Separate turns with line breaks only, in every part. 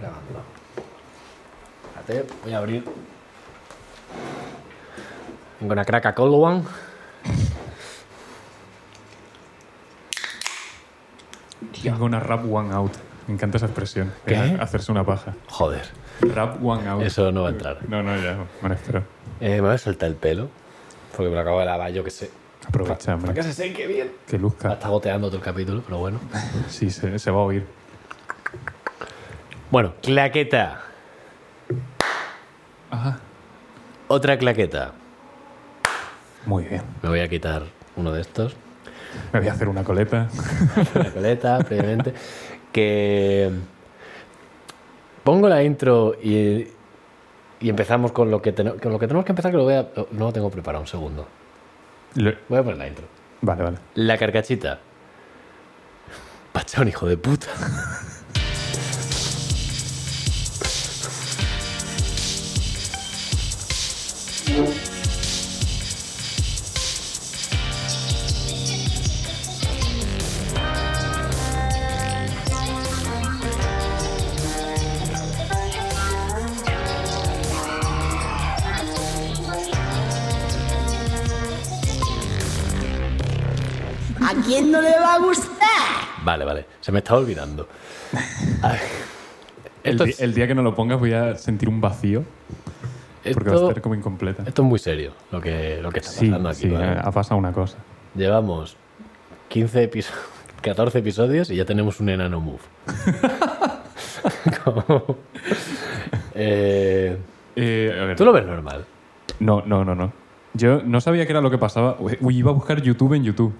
grabando. Espérate, voy a abrir. I'm gonna crack a cold one.
Tengo una rap one out. Me encanta esa expresión.
¿Qué?
Era Hacerse una paja.
Joder,
Rap one out.
eso no va a entrar.
No, no, ya. Me lo espero.
Eh, me voy a soltar el pelo. Porque me lo acabo de lavar, yo que sé.
Aprovecha,
Para que
hombre.
se seque bien.
Que
Va
luzca.
Está goteando todo el capítulo, pero bueno.
Sí, se, se va a oír.
Bueno, claqueta.
Ajá.
Otra claqueta.
Muy bien.
Me voy a quitar uno de estos.
Me voy a hacer una coleta.
la coleta, previamente. Que pongo la intro y, y empezamos con lo, que teno- con lo que tenemos que empezar, que lo voy a. lo- No lo tengo preparado, un segundo.
Le-
Voy a poner la intro.
Vale, vale.
La carcachita. Pachón, hijo de puta.
¿A quién no le va a gustar?
Vale, vale. Se me está olvidando. A ver.
El,
Esto,
di-
es-
el día que no lo pongas voy a sentir un vacío porque va a
esto-
estar como incompleta.
esto es muy serio lo que, lo que está
Sí,
pasando aquí.
sí,
¿vale?
ha pasado una cosa.
Llevamos 15 episo- 14 episodios y ya tenemos un enano move. Como- Eh,
Eh, a ver.
Tú lo ves normal.
No, no, no, no. Yo no sabía qué era lo que pasaba. Uy, uy, iba a buscar YouTube en YouTube.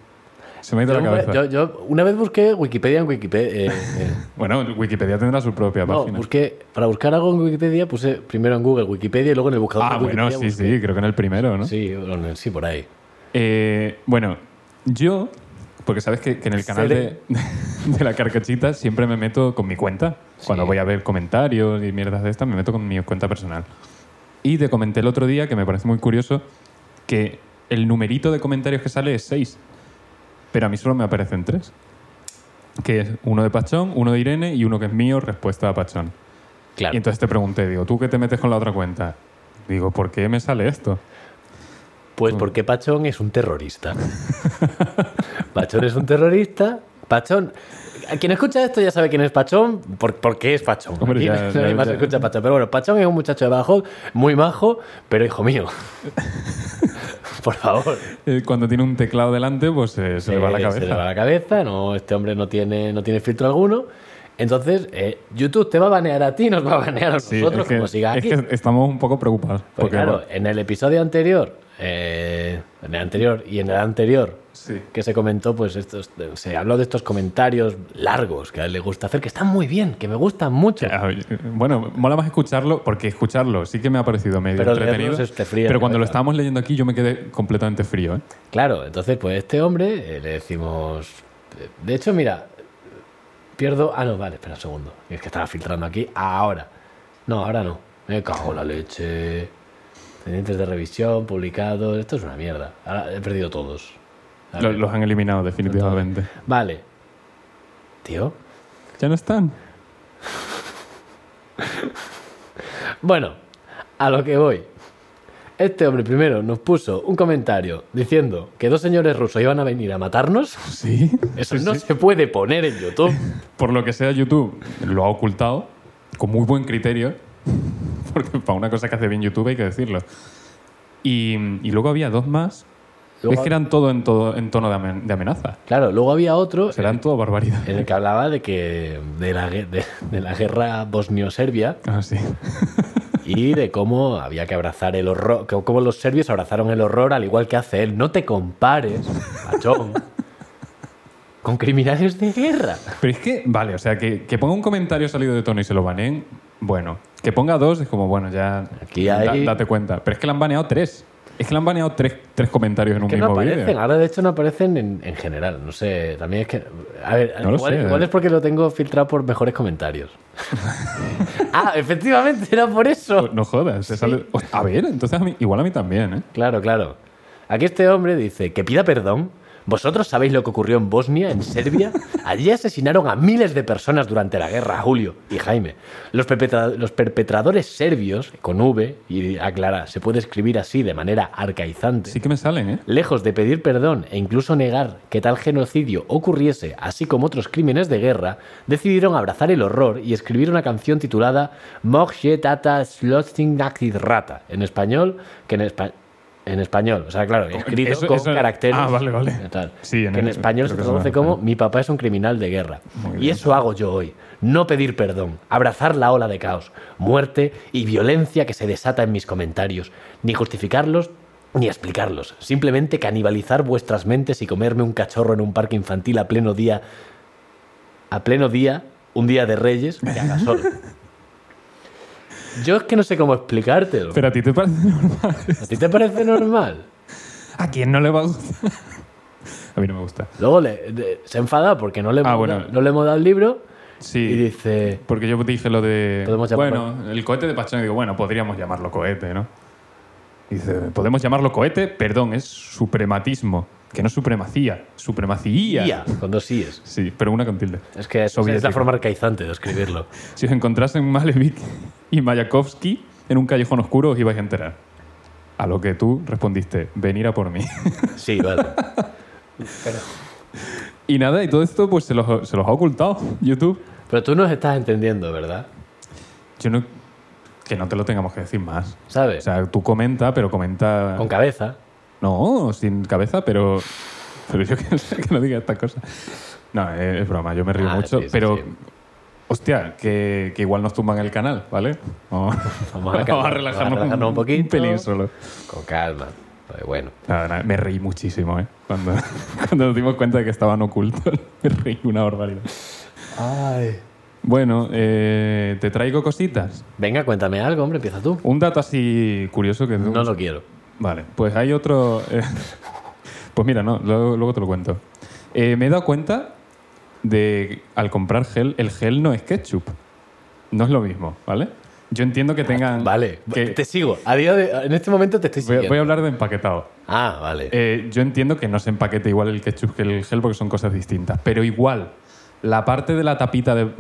Se me ha ido
Yo,
la
hombre,
cabeza.
yo- yo una vez busqué Wikipedia en Wikipedia. eh,
Bueno, Wikipedia tendrá su propia página.
para buscar algo en Wikipedia puse primero en Google Wikipedia y luego en el buscador.
Ah,
de
bueno, sí,
Wikipedia
sí, creo que en el primero, ¿no?
busqué. Sí, bueno, en- sí, por ahí.
Eh, bueno, yo, porque sabes que, que en el canal de, de la carcachita siempre me meto con mi cuenta. Cuando
Sí.
voy a ver comentarios y mierdas de estas, me meto con mi cuenta personal. Y te comenté el otro día, que me parece muy curioso, que el numerito de comentarios que sale es 6, pero a mí solo me aparecen 3. Que es uno de Pachón, uno de Irene y uno que es mío, respuesta a Pachón.
Claro.
Y entonces te pregunté, digo, ¿tú qué te metes con la otra cuenta? Digo, ¿por qué me sale esto?
Pues porque Pachón es un terrorista. Pachón es un terrorista. Pachón. A quien escucha esto ya sabe quién es Pachón, por, por qué es Pachón.
Hombre,
Aquí
ya,
nadie
ya,
más
ya.
escucha a Pachón. Pero bueno, Pachón es un muchacho de bajo, muy majo, pero hijo mío. por favor.
Eh, cuando tiene un teclado delante, pues eh, se le va la
Eh,
cabeza.
Se le va la cabeza. No, este hombre no tiene, no tiene filtro alguno. Entonces, eh, YouTube te va a banear a ti, nos va a banear a
Sí,
nosotros,
es que-
como siga
es
aquí.
que estamos un poco preocupados.
Porque claro,
bueno,
en el episodio anterior, eh, en el anterior y en el anterior
Sí.
que se comentó, pues estos, se habló de estos comentarios largos que a él le gusta hacer, que están muy bien, que me gustan mucho.
a ver, bueno, mola más escucharlo, porque escucharlo sí que me ha parecido medio
Pero
entretenido.
leerlos te fría la
pero cuando lo
cabeza.
estábamos leyendo aquí, yo me quedé completamente frío. ¿eh?
Claro, entonces pues este hombre eh, le decimos... eh, De hecho, mira, pierdo... Ah, no, vale, espera un segundo. Es que estaba filtrando aquí. Ahora. No, ahora no. Me cago en la leche. Pendientes de revisión, publicados. Esto es una mierda. Ahora he perdido todos. A
Lo-
ver.
los han eliminado definitivamente.
Vale. Tío.
Ya no están.
Bueno, a lo que voy. Este hombre primero nos puso un comentario diciendo que dos señores rusos iban a venir a matarnos.
Pues Sí.
Eso
sí,
no
sí.
se puede poner en YouTube.
Por lo que sea, YouTube lo ha ocultado con muy buen criterio, porque para una cosa que hace bien YouTube hay que decirlo. Y, y luego había dos más.
Luego-
es que eran todo en, todo en tono de, amen- de amenaza.
Claro, luego había otro
Serán todo barbaridad.
en el que hablaba de que de la, gue- de, de la guerra bosnio-serbia
Ah, sí.
y de cómo había que abrazar el horror, que- cómo los serbios abrazaron el horror al igual que hace él. No te compares, machón, con criminales de guerra.
Pero es que, vale, o sea, que, que ponga un comentario salido de tono y se lo baneen, bueno. Que ponga dos es como, bueno, ya
Aquí hay-
da- date cuenta. Pero es que le han baneado tres. Es que le han baneado tres, tres comentarios en un
que no
mismo
aparecen,
vídeo.
ahora de hecho no aparecen en, en general, no sé, también es que... A ver,
No lo
igual,
sé,
igual
eh.
es porque lo tengo filtrado por mejores comentarios. ah, efectivamente, era por eso.
No jodas. te sale- o- A ver, entonces a mí- igual a mí también, ¿eh?
Claro, claro. Aquí este hombre dice que pida perdón ¿Vosotros sabéis lo que ocurrió en Bosnia, en Serbia? Allí asesinaron a miles de personas durante la guerra, Julio y Jaime. Los, perpetra- los perpetradores serbios, con V, y aclara, se puede escribir así de manera arcaizante.
Sí que me salen, ¿eh?
Lejos de pedir perdón e incluso negar que tal genocidio ocurriese, así como otros crímenes de guerra, decidieron abrazar el horror y escribir una canción titulada Mogje Tata Slotinakid Rata, en español, que en, espa- en español, o sea, claro, escrito
Eso-
con
eso-
caracteres.
ah, vale, vale.
y tal,
Sí, en
que en
el-
español se
creo que eso
traduce
vale.
como Mi papá es un criminal de guerra. Y eso hago yo hoy. No pedir perdón, abrazar la ola de caos, muerte y violencia que se desata en mis comentarios, ni justificarlos ni explicarlos. Simplemente canibalizar vuestras mentes y comerme un cachorro en un parque infantil a pleno día. A pleno día, un día de reyes, que haga sol. Yo es que no sé cómo explicártelo.
Pero a ti te parece normal.
¿A ti te parece normal?
¿A quién no le va a gustar? a mí no me gusta.
Luego le- de- se enfada porque no le, hemos
Ah, bueno.
dado- no le hemos dado el libro
Sí.
y dice...
Porque yo dije lo de.
Podemos llamar-
bueno, el cohete de Pachón. Y digo, bueno, podríamos llamarlo cohete, ¿no? Dice, podemos llamarlo cohete, perdón, es suprematismo. Que no es supremacía, supremacía.
"Ia", Con dos íes.
Sí, pero una con tilde.
Es que es, es
Soviético.
la forma arcaizante de escribirlo.
Si os encontrasen Malevich y Mayakovsky en un callejón oscuro, os ibais a enterar. A lo que tú respondiste, venir a por mí.
Sí, vale.
y nada, y todo esto pues se los, se los ha ocultado YouTube.
Pero tú nos estás entendiendo, ¿verdad?
Yo no. Que no te lo tengamos que decir más. O
¿Sabes?
sea, tú comenta, pero comenta.
Con cabeza.
No, sin cabeza, pero. Pero yo que, que no diga esta cosa. No, eh, es broma, yo me río
Ah,
mucho,
sí, sí,
pero.
sí.
Hostia, que, que igual nos tumban el canal, ¿vale? Vamos,
Vamos a calmar, vamos
relajarnos,
a relajarnos un poquito.
Un pelín solo.
Con calma. Pero bueno.
Nada, nada, me reí muchísimo, ¿eh? Cuando, cuando nos dimos cuenta de que estaban ocultos, me reí una barbaridad.
Ay.
Bueno, eh, te traigo cositas.
Venga, cuéntame algo, hombre. Empieza tú.
Un dato así curioso que.
No lo quiero.
Vale, pues hay otro. eh, pues mira, no, luego, luego te lo cuento. Eh, me he dado cuenta de al comprar gel, el gel no es ketchup. No es lo mismo, ¿vale? Yo entiendo que tengan.
Vale.
que-
Te sigo. A día de- en este momento te estoy
voy, a-
siguiendo.
voy a hablar de empaquetado.
Ah, vale.
Eh, yo entiendo que no se empaquete igual el ketchup que el gel porque son cosas distintas. Pero igual, la parte de la tapita de.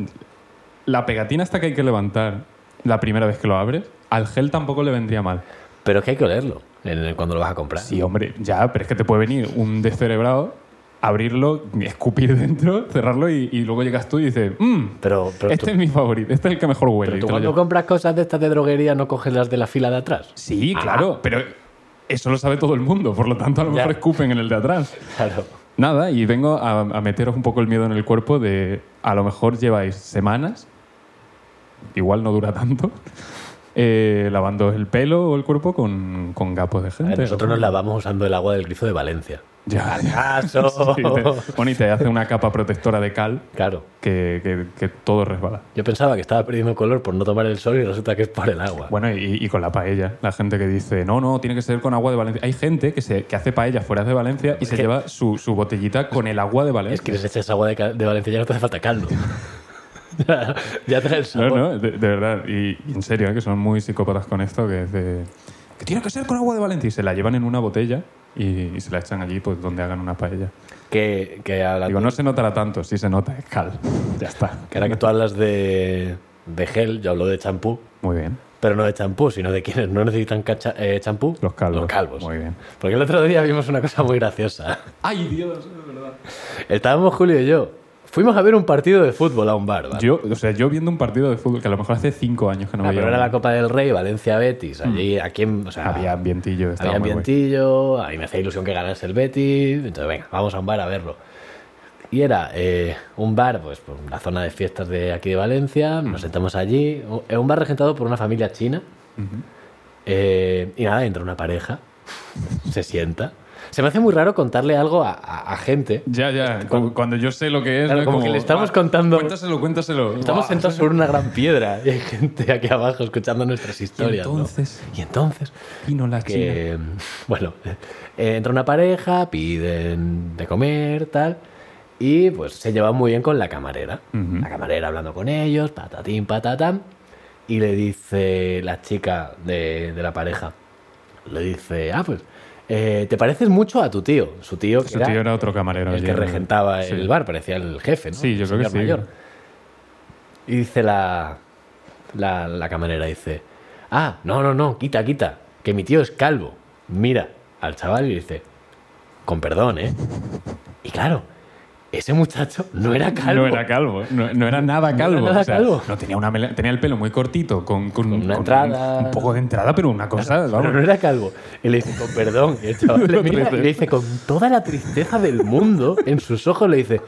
La pegatina hasta que hay que levantar la primera vez que lo abres, al gel tampoco le vendría mal.
Pero es que hay que olerlo en el- cuando lo vas a comprar.
Sí, hombre, ya, pero es que te puede venir un descerebrado, abrirlo, escupir dentro, cerrarlo y, y luego llegas tú y dices, mmm,
Pero, pero
este
tú,
es mi favorito, este es el que mejor huele.
pero
y
tú
te lo
cuando
llevas.
compras cosas de estas de droguería no coges las de la fila de atrás.
Sí,
Ah.
claro, pero eso lo sabe todo el mundo, por lo tanto a lo
Ya.
mejor escupen en el de atrás.
Claro.
Nada, y vengo a, a meteros un poco el miedo en el cuerpo de a lo mejor lleváis semanas, igual no dura tanto, eh, lavando el pelo o el cuerpo con, con gapos de
A ver,
gente.
nosotros nos lavamos usando el agua del grifo de Valencia.
Ya, ya.
¡Caso!
Sí, te- bueno, y te hace una capa protectora de cal
Claro.
que, que- que todo resbala.
Yo pensaba que estaba perdiendo color por no tomar el sol y resulta que es por el agua.
Bueno, y, y con la paella. La gente que dice, no, no, tiene que ser con agua de Valencia. Hay gente que, se, que hace paella fuera de Valencia y se
que-
lleva su, su botellita con el agua de
es que
Valencia.
les echas agua de, ca- de Valencia ya no te hace falta caldo. ya, ya trae el
No,
sabor.
no, de, de verdad. Y, y en serio, ¿eh? que son muy psicópatas con esto, que es de, que tiene que ser con agua de Valencia. Y se la llevan en una botella y, y se la echan allí pues, donde hagan una paella.
Que, que, hablando-
Digo, no se notará tanto. Sí se nota, es cal. Ya está.
que ahora que tú hablas de, de gel, yo hablo de champú.
Muy bien.
Pero no de champú, sino de quienes no necesitan cacha- eh, champú.
Los calvos.
Los calvos.
Muy bien.
Porque el otro día vimos una cosa muy graciosa.
¡Ay, Dios! Es verdad.
Estábamos Julio y yo. Fuimos a ver un partido de fútbol a un bar. ¿vale?
Yo, o sea, yo viendo un partido de fútbol que a lo mejor hace cinco años que no
la
veía.
primera
uno.
era la Copa del Rey, Valencia Betis. Allí, aquí en- o sea,
Mm. Había ambientillo. Estaba
Había
muy guay.
ambientillo, a mí me hacía ilusión que ganase el Betis, entonces venga, vamos a un bar a verlo. Y era eh, un bar, pues por la zona de fiestas de aquí de Valencia, nos sentamos allí, u- es un bar regentado por una familia china, Eh, y nada, entra una pareja, se sienta. Se me hace muy raro contarle algo a, a- a gente.
Ya, ya. Como- Cuando yo sé lo que es.
Claro,
¿no?
como que le estamos
"Ah,
contando-
Cuéntaselo, cuéntaselo.
Estamos
Buah.
sentados sobre una gran piedra y hay gente aquí abajo escuchando nuestras historias. ¿no?
entonces?
Y entonces,
Vino la China.
que, bueno, eh, entra una pareja, piden de comer, tal, y pues se llevan muy bien con la camarera.
Ujú.
La camarera hablando con ellos, patatín, patatam, y le dice la chica de, de la pareja, le dice, ah, pues, eh, te pareces mucho a tu tío, su tío que
Su
era
tío era otro camarero.
el
allí,
que
¿no?
regentaba
Sí.
el bar, parecía el jefe, ¿no?
Sí, yo
El
creo que
señor
sí.
mayor. Y dice la, la, la camarera, dice, ah, no, no, no, quita, quita, que mi tío es calvo. Mira al chaval y dice, con perdón, ¿eh? Y claro, ese muchacho no era calvo.
No era calvo, no, no era nada calvo.
nada
o sea,
calvo.
no tenía, una mela- tenía el pelo muy cortito, con, con-
una
con un-
entrada.
Un, poco de entrada, pero una cosa.
Pero
vamos.
no era calvo. Y le dice, con perdón. Y el chaval le mira y le dice, con toda la tristeza del mundo, en sus ojos le dice,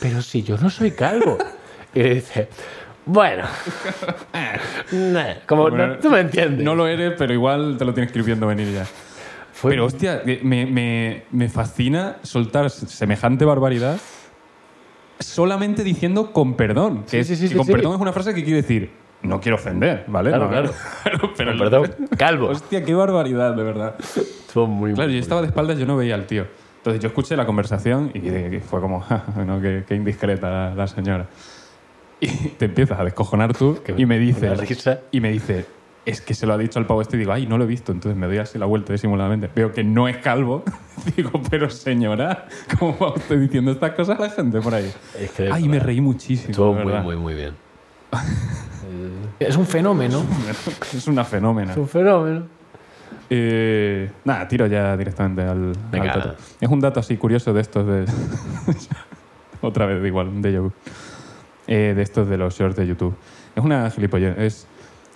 pero si yo no soy calvo. Y le dice, bueno. nah, como,
Bueno,
no- tú me entiendes.
No lo eres, pero igual te lo tienes que ir viendo venir ya.
Fue-
Pero hostia, que me, me- me fascina soltar semejante barbaridad solamente diciendo con perdón. Que
Sí, sí, sí,
que
sí,
con
sí.
perdón es una frase que quiere decir no quiero ofender, ¿vale?
Claro,
No,
claro.
pero
Con perdón, calvo.
Hostia, qué barbaridad, de verdad.
Fue muy
Claro, yo
muy-
estaba de espaldas, yo no veía al tío. Entonces yo escuché la conversación y y fue como, "Ja, ja, no, qué, qué indiscreta la, la señora. Y te empiezas a descojonar tú
Que
y me
una
dice,
risa.
y me dice, es que se lo ha dicho al pavo este y digo, ay, no lo he visto. Entonces me doy así la vuelta disimuladamente. Veo que no es calvo. digo, pero señora, ¿cómo va usted diciendo estas cosas a la gente por ahí?
Es que de
ay, me
verdad,
reí muchísimo.
Estuvo
de
muy,
verdad.
muy, muy bien. Eh, es un fenómeno.
Es una fenómena.
Es un fenómeno.
Eh, nada, tiro ya directamente al, al
Venga.
dato. Es un dato así curioso de estos de... Otra vez, igual, de YouTube. Eh, de estos de los shorts de YouTube. Es una gilipollez. Es,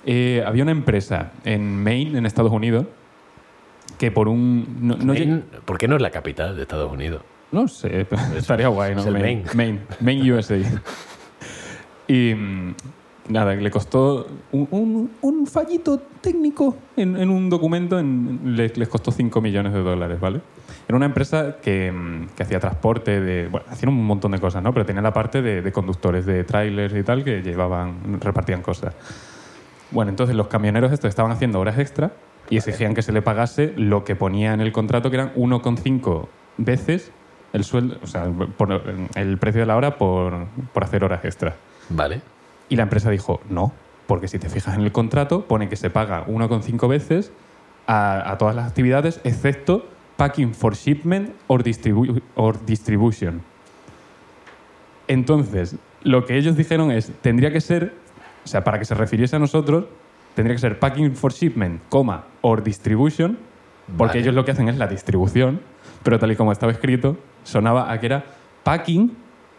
eh, había una empresa en Maine, en Estados Unidos, que por un... No, no lleg-
En- ¿Por qué no es la capital de Estados Unidos?
no sé, estaría guay, ¿no?
es el
Maine, Maine, Maine, USA. Y mm, nada, le costó un, un- un fallito técnico en, en un documento, en- les, les costó 5 millones de dólares, ¿vale? Era una empresa que, mm, que hacía transporte, de, bueno, hacían un montón de cosas, ¿no? Pero tenía la parte de, de conductores de trailers y tal que llevaban, repartían cosas. Bueno, entonces los camioneros estos estaban haciendo horas extra y exigían que se le pagase lo que ponía en el contrato, que eran 1,5 veces el sueldo, o sea, por- el precio de la hora por, por hacer horas extra.
Vale.
Y la empresa dijo, no, porque si te fijas en el contrato, pone que se paga 1,5 veces a, a todas las actividades, excepto packing for shipment or, distribu- or distribution. Entonces, lo que ellos dijeron es, tendría que ser, o sea, para que se refiriese a nosotros, tendría que ser packing for shipment, coma, or distribution, porque
Vale.
ellos lo que hacen es la distribución, pero tal y como estaba escrito, sonaba a que era packing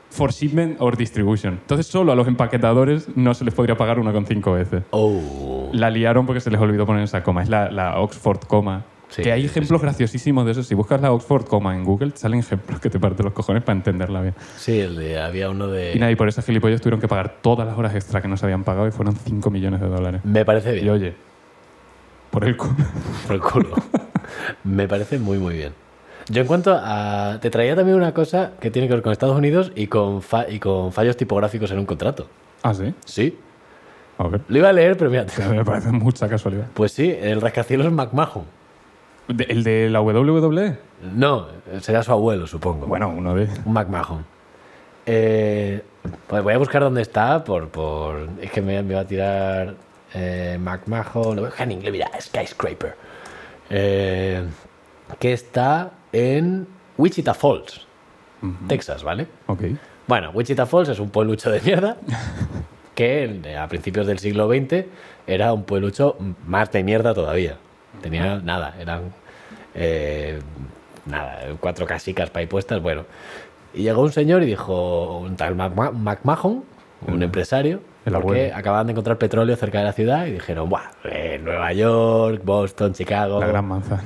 for shipment or distribution. Entonces, solo a los empaquetadores no se les podría pagar 1,5 veces.
Oh.
La liaron porque se les olvidó poner esa coma. Es la, la Oxford coma.
Sí,
que hay
sí,
ejemplos graciosísimos de eso. Si buscas la Oxford coma en Google, te salen ejemplos que te parten los cojones para entenderla bien.
Sí, el de- había uno de...
Y nadie por esas gilipollas tuvieron que pagar todas las horas extra que nos habían pagado y fueron 5 millones de dólares.
Me parece bien.
Y oye, por el culo.
Por el culo. Me parece muy, muy bien. Yo en cuanto a... Te traía también una cosa que tiene que ver con Estados Unidos y con, fa- y con fallos tipográficos en un contrato.
Ah, sí.
Sí.
A ver.
Lo iba a leer, pero mira...
A mí Me parece mucha casualidad.
Pues sí, el rascacielos McMahon.
¿De- ¿El de la WWE?
No, será su abuelo, supongo.
Bueno, uno de.
Un McMahon. Eh, pues voy a buscar dónde está por... por es que me, me va a tirar eh, McMahon... Lo voy a buscar en inglés, mira, Skyscraper. Eh, que está en Wichita Falls, Texas, ¿vale?
Ok.
Bueno, Wichita Falls es un pueblucho de mierda que en- eh, a principios del siglo XX era un pueblucho más de mierda todavía. Tenía nada, eran eh, nada, cuatro casicas para ahí puestas, bueno. Y llegó un señor y dijo, un tal Mac- McMahon, un empresario,
el
porque
abuelo.
acababan de encontrar petróleo cerca de la ciudad y dijeron, Buah, eh, Nueva York, Boston, Chicago,
La gran manzana.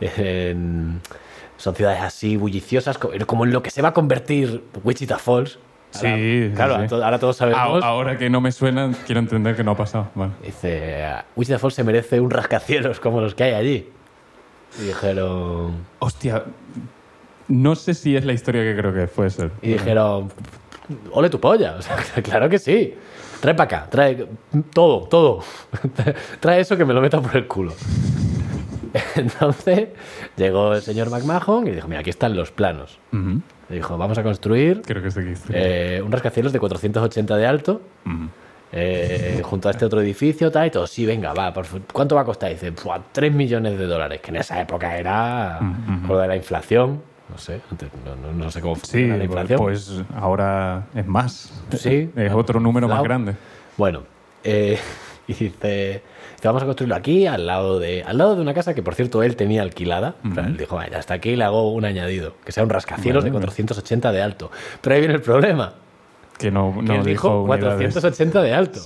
en- son ciudades así bulliciosas, co- como en lo que se va a convertir Wichita Falls. Ahora-
Sí, sí,
claro,
sí.
to- ahora todos sabemos.
Ah, Ahora que no me suena, quiero entender que no ha pasado. Vale.
Dice, "Ah, Wichita Falls se merece un rascacielos como los que hay allí. Y dijeron,
Hostia, no sé si es la historia que creo que puede ser.
y dijeron, ole tu polla, o sea, claro que sí. Trae para acá, trae todo, todo. trae eso que me lo meta por el culo. Entonces llegó el señor McMahon y dijo, mira, aquí están los planos.
Ujú.
Y dijo, vamos a construir
Creo que es de aquí.
Eh, un rascacielos de 480 de alto, eh, junto a este otro edificio, tal y todo. Sí, venga, va. por fu- ¿Cuánto va a costar? Y dice, "Buah, 3 millones de dólares, que en esa época era por lo de la inflación. No sé, antes no, no- no sé cómo
Sí,
funciona la inflación.
pues ahora es más.
Sí.
Es otro número más
Claro.
grande.
Bueno, eh, y dice, te vamos a construirlo aquí, al lado, de, al lado de una casa que, por cierto, él tenía alquilada. O sea, Él dijo, "Vale, hasta aquí le hago un añadido, que sea un rascacielos de
Vale, vale.
480 de alto. Pero ahí viene el problema.
Que no,
Que
no
él
dijo
dijo
unidades.
480 de alto.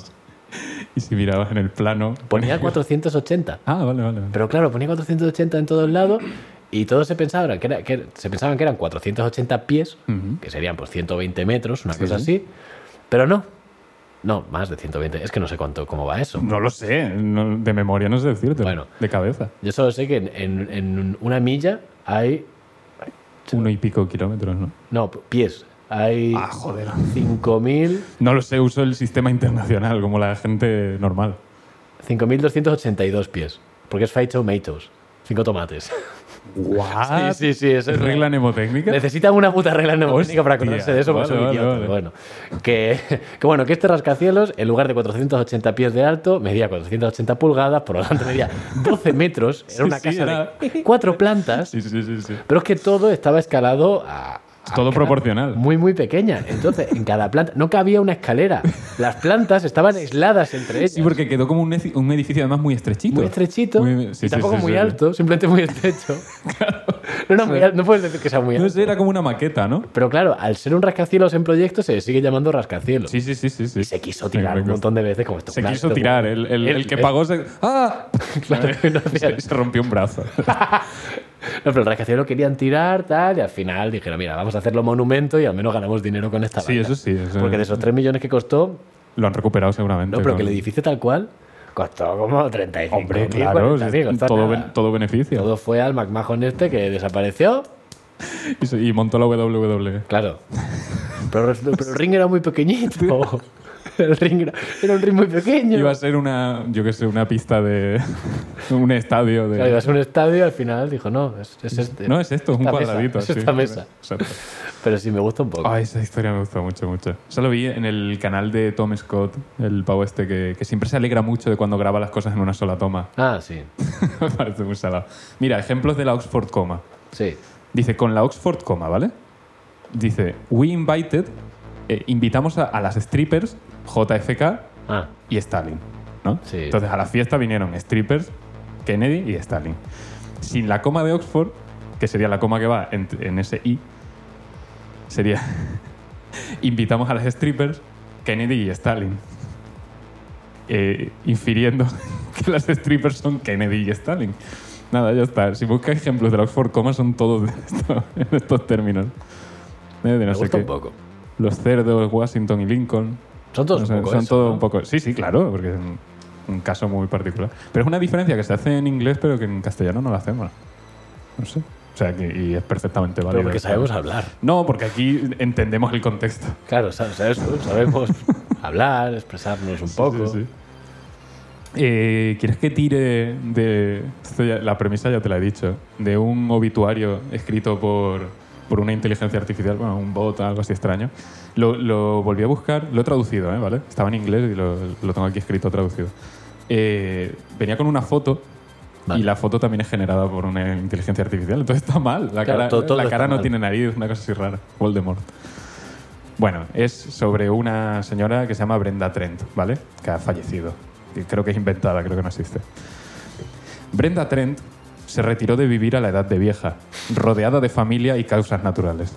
Y si mirabas en el plano...
Ponía 480.
Ah, vale, vale. vale.
Pero claro, ponía 480 en todos lados y todos se pensaban que, era- que se pensaban que eran 480 pies,
Ujú.
que serían pues 120 metros, una
Sí,
cosa
sí.
así. Pero no. No, más de 120. Es que no sé cuánto cómo va eso.
No lo sé. no- de memoria no sé decirte.
Bueno.
De cabeza.
Yo solo sé que en, en- en una milla hay.
Uno y pico kilómetros, ¿no?
No, pies. Hay
joder.
5.000
No lo sé, uso el sistema internacional como la gente normal.
5.282 pies. Porque es five tomatoes. Cinco tomates.
¡Guau!
Sí, sí, sí, eso es
¿Regla mnemotécnica?
Necesitan una puta regla mnemotécnica para acordarse
Hostia,
de eso, porque
vale,
son
vale,
idiotas.
vale.
Bueno, que, que bueno, que este rascacielos, en lugar de 480 pies de alto, medía 480 pulgadas, por lo tanto medía 12 metros. Era
Sí,
una
sí,
casa
era-
de cuatro plantas,
Sí, sí, sí, sí.
pero es que todo estaba escalado a. a
Todo
escala
proporcional.
Muy, muy pequeña. Entonces, en cada planta no cabía una escalera. Las plantas estaban aisladas entre ellas.
Sí, porque quedó como un, eci- un edificio además muy estrechito.
Muy estrechito,
Muy- sí,
y
sí,
tampoco
sí,
muy
sí.
alto, simplemente muy estrecho. no, no, muy al- no puedes decir que sea muy alto.
No sé, era como una maqueta, ¿no?
Pero claro, al ser un rascacielos en proyecto, se sigue llamando rascacielos.
Sí, sí, sí, sí. sí.
Y se quiso tirar
Sí,
un montón de veces como esto.
Se
es un
quiso
acto-
tirar. El, el- el que pagó se... ¡Ah!
Claro, no hacía-
se, se rompió un brazo.
No, pero el rascacielos lo querían tirar, tal, y al final dijeron, mira, vamos a hacerlo monumento y al menos ganamos dinero con esta
Sí,
vaina".
eso sí, eso-
Porque de esos 3 millones que costó,
Lo han recuperado seguramente.
no, pero
con-
que el edificio tal cual costó como 35
Hombre, claro.
mil, 40.000,
es-
costó nada.
todo, ben- todo beneficio.
Todo fue al McMahon este que desapareció.
Y, se- y montó la E. WWE.
Claro. Pero, pero el ring era muy pequeñito. El ring era, era un ring muy pequeño.
Iba a ser una, yo qué sé, una pista de... un estadio de...
Claro, ibas a un estadio y al final dijo, no, es, es este.
no, es esto, es un
esta mesa,
cuadradito.
es
así.
esta mesa.
Exacto.
Pero sí, me gusta un poco.
Ay, esa historia me gustó mucho, mucho. Eso lo vi en el canal de Tom Scott, el pavo este que, que siempre se alegra mucho de cuando graba las cosas en una sola toma.
Ah, sí.
me parece muy salado. Mira, ejemplos de la Oxford coma.
Sí.
Dice, con la Oxford coma, ¿vale? Dice, we invited, eh, invitamos a, a las strippers, JFK
Ah,
y Stalin, ¿no?
Sí.
Entonces a la fiesta vinieron strippers, Kennedy y Stalin. Sin la coma de Oxford, que sería la coma que va en, en ese I, sería invitamos a las strippers, Kennedy y Stalin. Eh, infiriendo que las strippers son Kennedy y Stalin. Nada, ya está. Si buscas ejemplos de la Oxford coma son todos en, esto- en estos términos. Eh, de no
me
sé
gusta
qué.
un poco.
Los cerdos, Washington y Lincoln.
Son todos
O sea,
un poco.
son
eso,
todo
¿no?
un poco. Sí, sí, claro, porque es un, un caso muy particular. Pero es una diferencia que se hace en inglés, pero que en castellano no la hacemos. No sé. O sea, que, y es perfectamente válido.
Pero porque sabemos hablar.
No, porque aquí entendemos el contexto.
Claro, sabes, sabes- sabemos hablar, expresarnos un poco.
Sí, sí. Eh, ¿Quieres que tire de. esto ya- la premisa ya te la he dicho. De un obituario escrito por, por una inteligencia artificial, bueno, un bot, algo así extraño. Lo, lo volví a buscar, lo he traducido, ¿eh? ¿vale? Estaba en inglés y lo, lo tengo aquí escrito traducido. Eh, venía con una foto.
Vale.
Y la foto también es generada por una inteligencia artificial, entonces está mal. La
Claro,
cara,
todo- todo
la
está
cara no
mal.
tiene nariz, una cosa así rara. Voldemort. Bueno, es sobre una señora que se llama Brenda Trent, ¿vale? Que ha fallecido. Que Creo que es inventada, creo que no existe. Brenda Trent se retiró de vivir a la edad de vieja, rodeada de familia y causas naturales.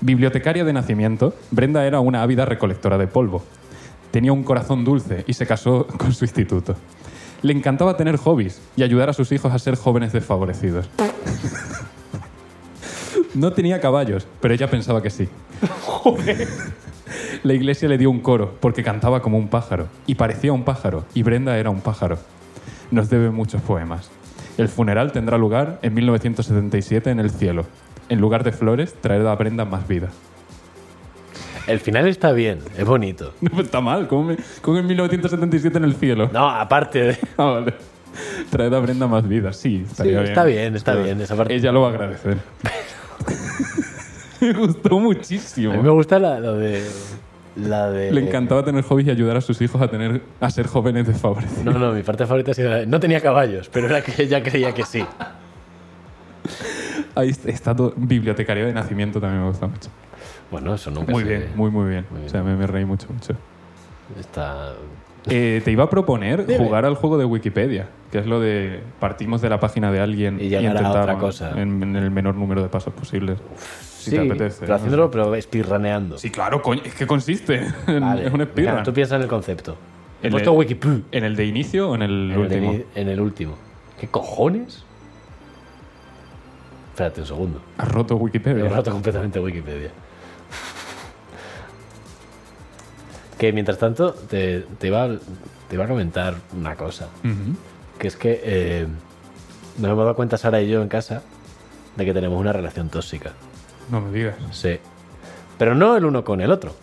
Bibliotecaria de nacimiento, Brenda era una ávida recolectora de polvo. Tenía un corazón dulce y se casó con su instituto. Le encantaba tener hobbies y ayudar a sus hijos a ser jóvenes desfavorecidos. No tenía caballos, pero ella pensaba que sí. La iglesia le dio un coro porque cantaba como un pájaro y parecía un pájaro y Brenda era un pájaro. Nos debe muchos poemas. El funeral tendrá lugar en 1977 en el cielo. En lugar de flores, traer a Brenda más vida.
El final está bien, es bonito.
No está mal, ¿cómo, me- cómo en 1977 en el cielo?
No, aparte de.
Ah, vale. Traed a Brenda más vida, sí. estaría
Sí, está bien, está
Pero
bien, esa parte.
Ella lo va a agradecer. me gustó muchísimo.
A mí me gusta la- lo de. La de.
Le encantaba tener hobbies y ayudar a sus hijos a, tener, a ser jóvenes desfavorecidos.
No, no, mi parte favorita ha sido la de- No tenía caballos, pero era que ella creía que sí.
Ahí está todo. Bibliotecario de nacimiento también me gusta mucho.
Bueno, eso nunca
Muy
se-
bien, muy, muy bien.
Muy bien.
O sea, me, me reí mucho, mucho.
Está.
Eh, te iba a proponer
Dime.
jugar al juego de Wikipedia, que es lo de partimos de la página de alguien
Y llegar a
intentar
otra cosa.
En, en el menor número de pasos posibles. si te apetece.
Pero
¿no?
haciéndolo, pero speedruneando.
Sí, claro, coño, es que consiste. en-
Vale,
es un
venga,
speedrun.
Tú piensas en el concepto. He
El
puesto
de-
Wikipedia.
¿En el de inicio o en el
En el, de
último?
ni- en el último. ¿Qué cojones? Espérate un segundo.
Has roto
He
Wikipedia.
roto completamente Wikipedia. Que mientras tanto te, te iba, a- te iba a comentar una cosa.
Ujú.
Que es que eh, nos hemos dado cuenta Sara y yo en casa de que tenemos una relación tóxica.
No me digas.
Sí. Pero no el uno con el otro.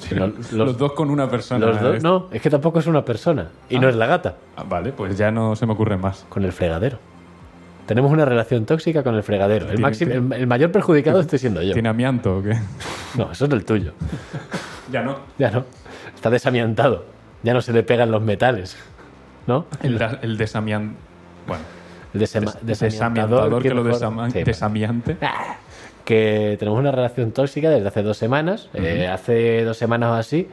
Sino
los, dos con una persona. ¿eh?
los dos-
Es-
no, es que tampoco es una persona. Y no es la gata,
Ah, Vale, pues ya no se me ocurren más.
con el fregadero. Tenemos una relación tóxica con el fregadero. El,
Tiene-
máximo- el, el mayor perjudicado estoy siendo yo.
¿Tiene amianto o qué?
No, eso es el tuyo.
ya no.
Ya no. Está desamiantado. Ya no se le pegan los metales. ¿No?
El, da- el desamian... Bueno,
El desema-
des-
desamiantador.
que
qué
lo
mejor. Ah.
desama-
Sí,
desamiante.
que tenemos una relación tóxica desde hace dos semanas. Eh, hace dos semanas o así.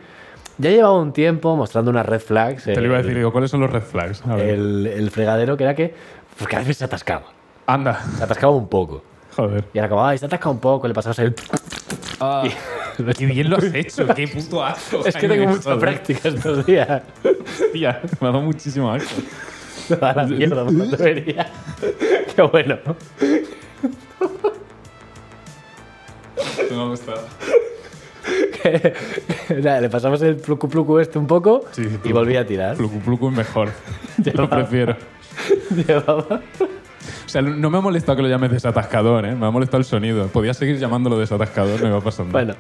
Ya llevaba un tiempo mostrando unas red flags.
Te lo iba a decir, digo, ¿cuáles son los red flags? A ver.
el, el fregadero que era que pues cada vez se atascaba.
Anda,
Se atascaba un poco.
joder.
Y ahora como, ay, se atasca un poco, le pasamos el...
qué Ah. bien lo has hecho, qué puto asco.
Es que tengo
¿eh?
mucha práctica estos días.
Tía, me ha dado muchísimo asco.
A la mierda, por la tubería. Qué bueno.
No me ha gustado.
Nada, le pasamos el plucu plucu este un poco
Sí,
y
plucu.
volví a tirar.
Plucu Plucu es mejor. Yo lo prefiero.
Llevaba-
O sea, no me ha molestado que lo llames desatascador, ¿eh? Me ha molestado el sonido. Podía seguir llamándolo desatascador, me va pasando.
Bueno,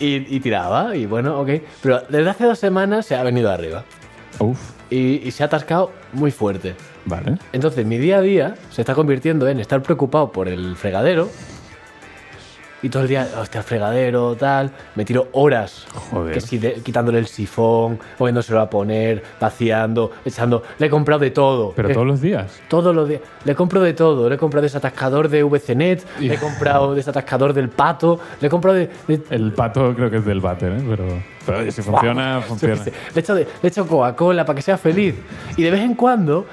y, y tiraba, y bueno, ok. Pero desde hace dos semanas se ha venido arriba
Uf,
y, y se ha atascado muy fuerte.
vale.
Entonces, mi día a día se está convirtiendo en estar preocupado por el fregadero. Y todo el día, hostia, el fregadero, tal. Me tiro horas.
Joder.
Que si de- quitándole el sifón, poniéndoselo a poner, vaciando, echando. Le he comprado de todo.
Pero
Eh,
todos los días.
todos los días. Le compro de todo. Le he comprado desatascador de VCNet, le he comprado desatascador del pato, le he comprado de. de-
El pato creo que es del váter, ¿eh? Pero, pero oye, si funciona, funciona.
le he hecho, de- le he hecho Coca-Cola para que sea feliz. Y de vez en cuando,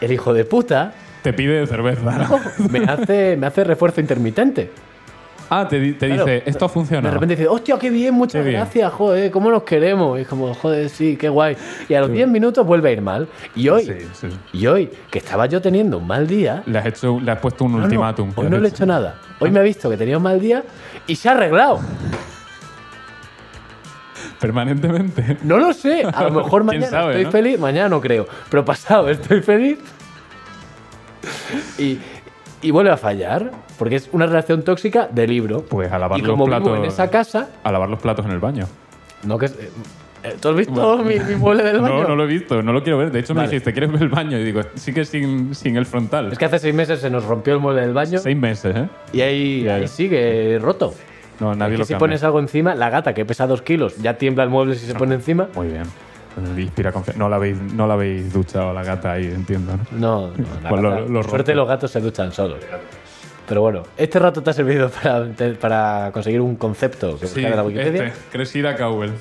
el hijo de puta
Te pide cerveza. ¿no?
me hace, me hace refuerzo intermitente.
Ah, te, di- te
Claro.
dice, esto ha
De
funcionado.
repente dice, hostia, qué bien, muchas
Qué bien.
gracias, joder, cómo nos queremos. Y es como, joder, sí, qué guay. Y a los 10 minutos vuelve a ir mal. Y hoy,
Sí, sí.
y hoy, que estaba yo teniendo un mal día,
Le has, hecho, le has puesto un
No, no,
ultimátum.
hoy no le he hecho nada.
Ah.
Hoy me ha visto que tenía un mal día y se ha arreglado.
Permanentemente.
No lo sé. A lo mejor
¿Quién
mañana
sabe,
estoy
no?
feliz. Mañana no creo. Pero pasado estoy feliz. Y, y vuelve a fallar. Porque es una relación tóxica de libro.
Pues a lavar
y
los
como vivo
platos.
en esa casa,
A lavar los platos en el baño.
no que. eh, eh, ¿Tú has visto
Bueno.
mi, mi mueble del baño?
No, no lo he visto, no lo quiero ver. De hecho,
Vale.
me dijiste, ¿quieres ver el baño? Y digo, sí que sin, sin el frontal.
Es que hace seis meses se nos rompió el mueble del baño
Seis meses, ¿eh?
y ahí,
Ya,
ahí
ya.
sigue roto.
No, nadie
Aquí
lo
si
cambia.
pones algo encima, la gata que pesa dos kilos ya tiembla el mueble si se pone encima.
Muy bien. Me Inspira confianza. No la habéis, no la habéis duchado a la gata ahí, entiendo, ¿no?
No, no, la
Pues lo-
gata-
lo rompe.
suerte los gatos se duchan solos. Pero bueno, este rato te ha servido para, te- para conseguir un concepto que buscar en la Wikipedia.
este, Cressida Cowell.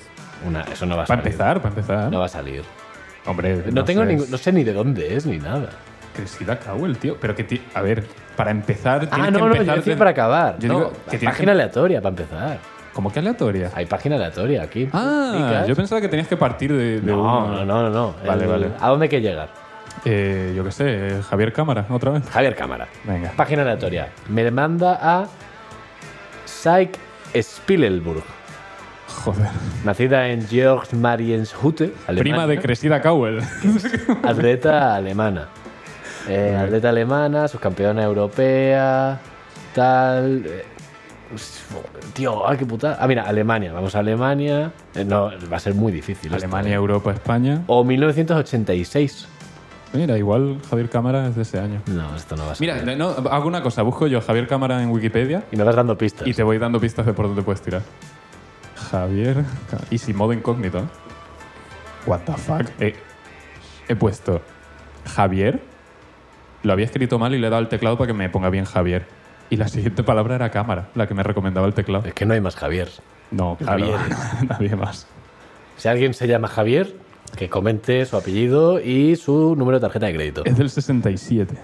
Una, eso no va a
Para
salir.
empezar, para empezar.
No va a salir.
Hombre,
No, tengo
sé.
ningún- no sé ni de dónde es ni nada.
Cressida Cowell, tío. Pero que, ti- a ver, para empezar.
Ah,
tienes
no, no,
que
yo
empezar
decía
de-
para acabar.
Yo
No,
digo que tienes
página
que.
aleatoria para empezar.
¿Cómo que aleatoria?
Hay página aleatoria aquí.
Ah,
Clicas.
yo pensaba que tenías que partir de, de
no,
uno.
no, no, no.
Vale, vale.
¿A dónde hay que llegar?
Eh, yo qué sé, eh, Javier Cámara, otra vez.
Javier Cámara.
Venga.
Página aleatoria. Me manda a Psych Spielberg,
Joder.
nacida en Georg Marienshütte, Alemania.
Prima de Cressida Cowell.
Atleta alemana. Eh, atleta alemana, subcampeona europea, tal. eh, Tío, ay, qué putada. Ah, mira, Alemania. Vamos a Alemania. Eh, no, va a ser muy difícil. esto,
Alemania,
eh.
Europa, España.
O 1986.
Mira, igual Javier Cámara es de ese año.
No, esto no va a ser.
Mira, no, hago una cosa. Busco yo Javier Cámara en Wikipedia
Y me vas dando pistas.
y te voy dando pistas de por dónde puedes tirar. Javier. Y sin modo incógnito. ¿eh? What the fuck. He, he puesto Javier. Lo había escrito mal y le he dado al teclado para que me ponga bien Javier. Y la siguiente palabra era cámara, la que me recomendaba el teclado.
Es que no hay más Eh, Javier.
No, claro, nadie más.
Si alguien se llama Javier, que comente su apellido y su número de tarjeta de crédito.
Es del 67.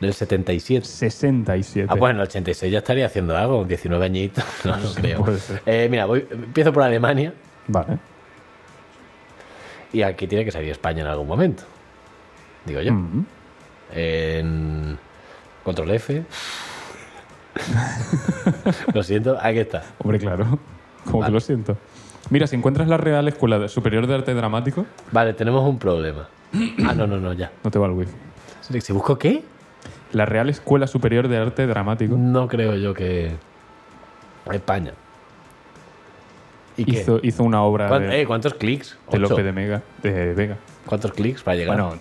Del 77.
67.
Ah, bueno, el 86 ya estaría haciendo algo, 19 añitos, no lo creo.
puede ser.
Eh, mira, voy, empiezo por Alemania
Vale.
y aquí tiene que salir España en algún momento. Digo yo.
Mm.
En control F. lo siento, aquí está.
Hombre, claro. Como que lo siento. Mira, si encuentras la Real Escuela de- Superior de Arte Dramático,
Vale, tenemos un problema. Ah, no, no, no, ya.
no te va el wifi.
¿Si busco qué?
La Real Escuela Superior de Arte Dramático
No creo yo que. España. ¿Y qué?
hizo, hizo una obra
¿Cuán-
de,
eh, ¿Cuántos clics? Ocho.
de Lope de, Mega, de Vega.
¿Cuántos clics para llegar?
Bueno,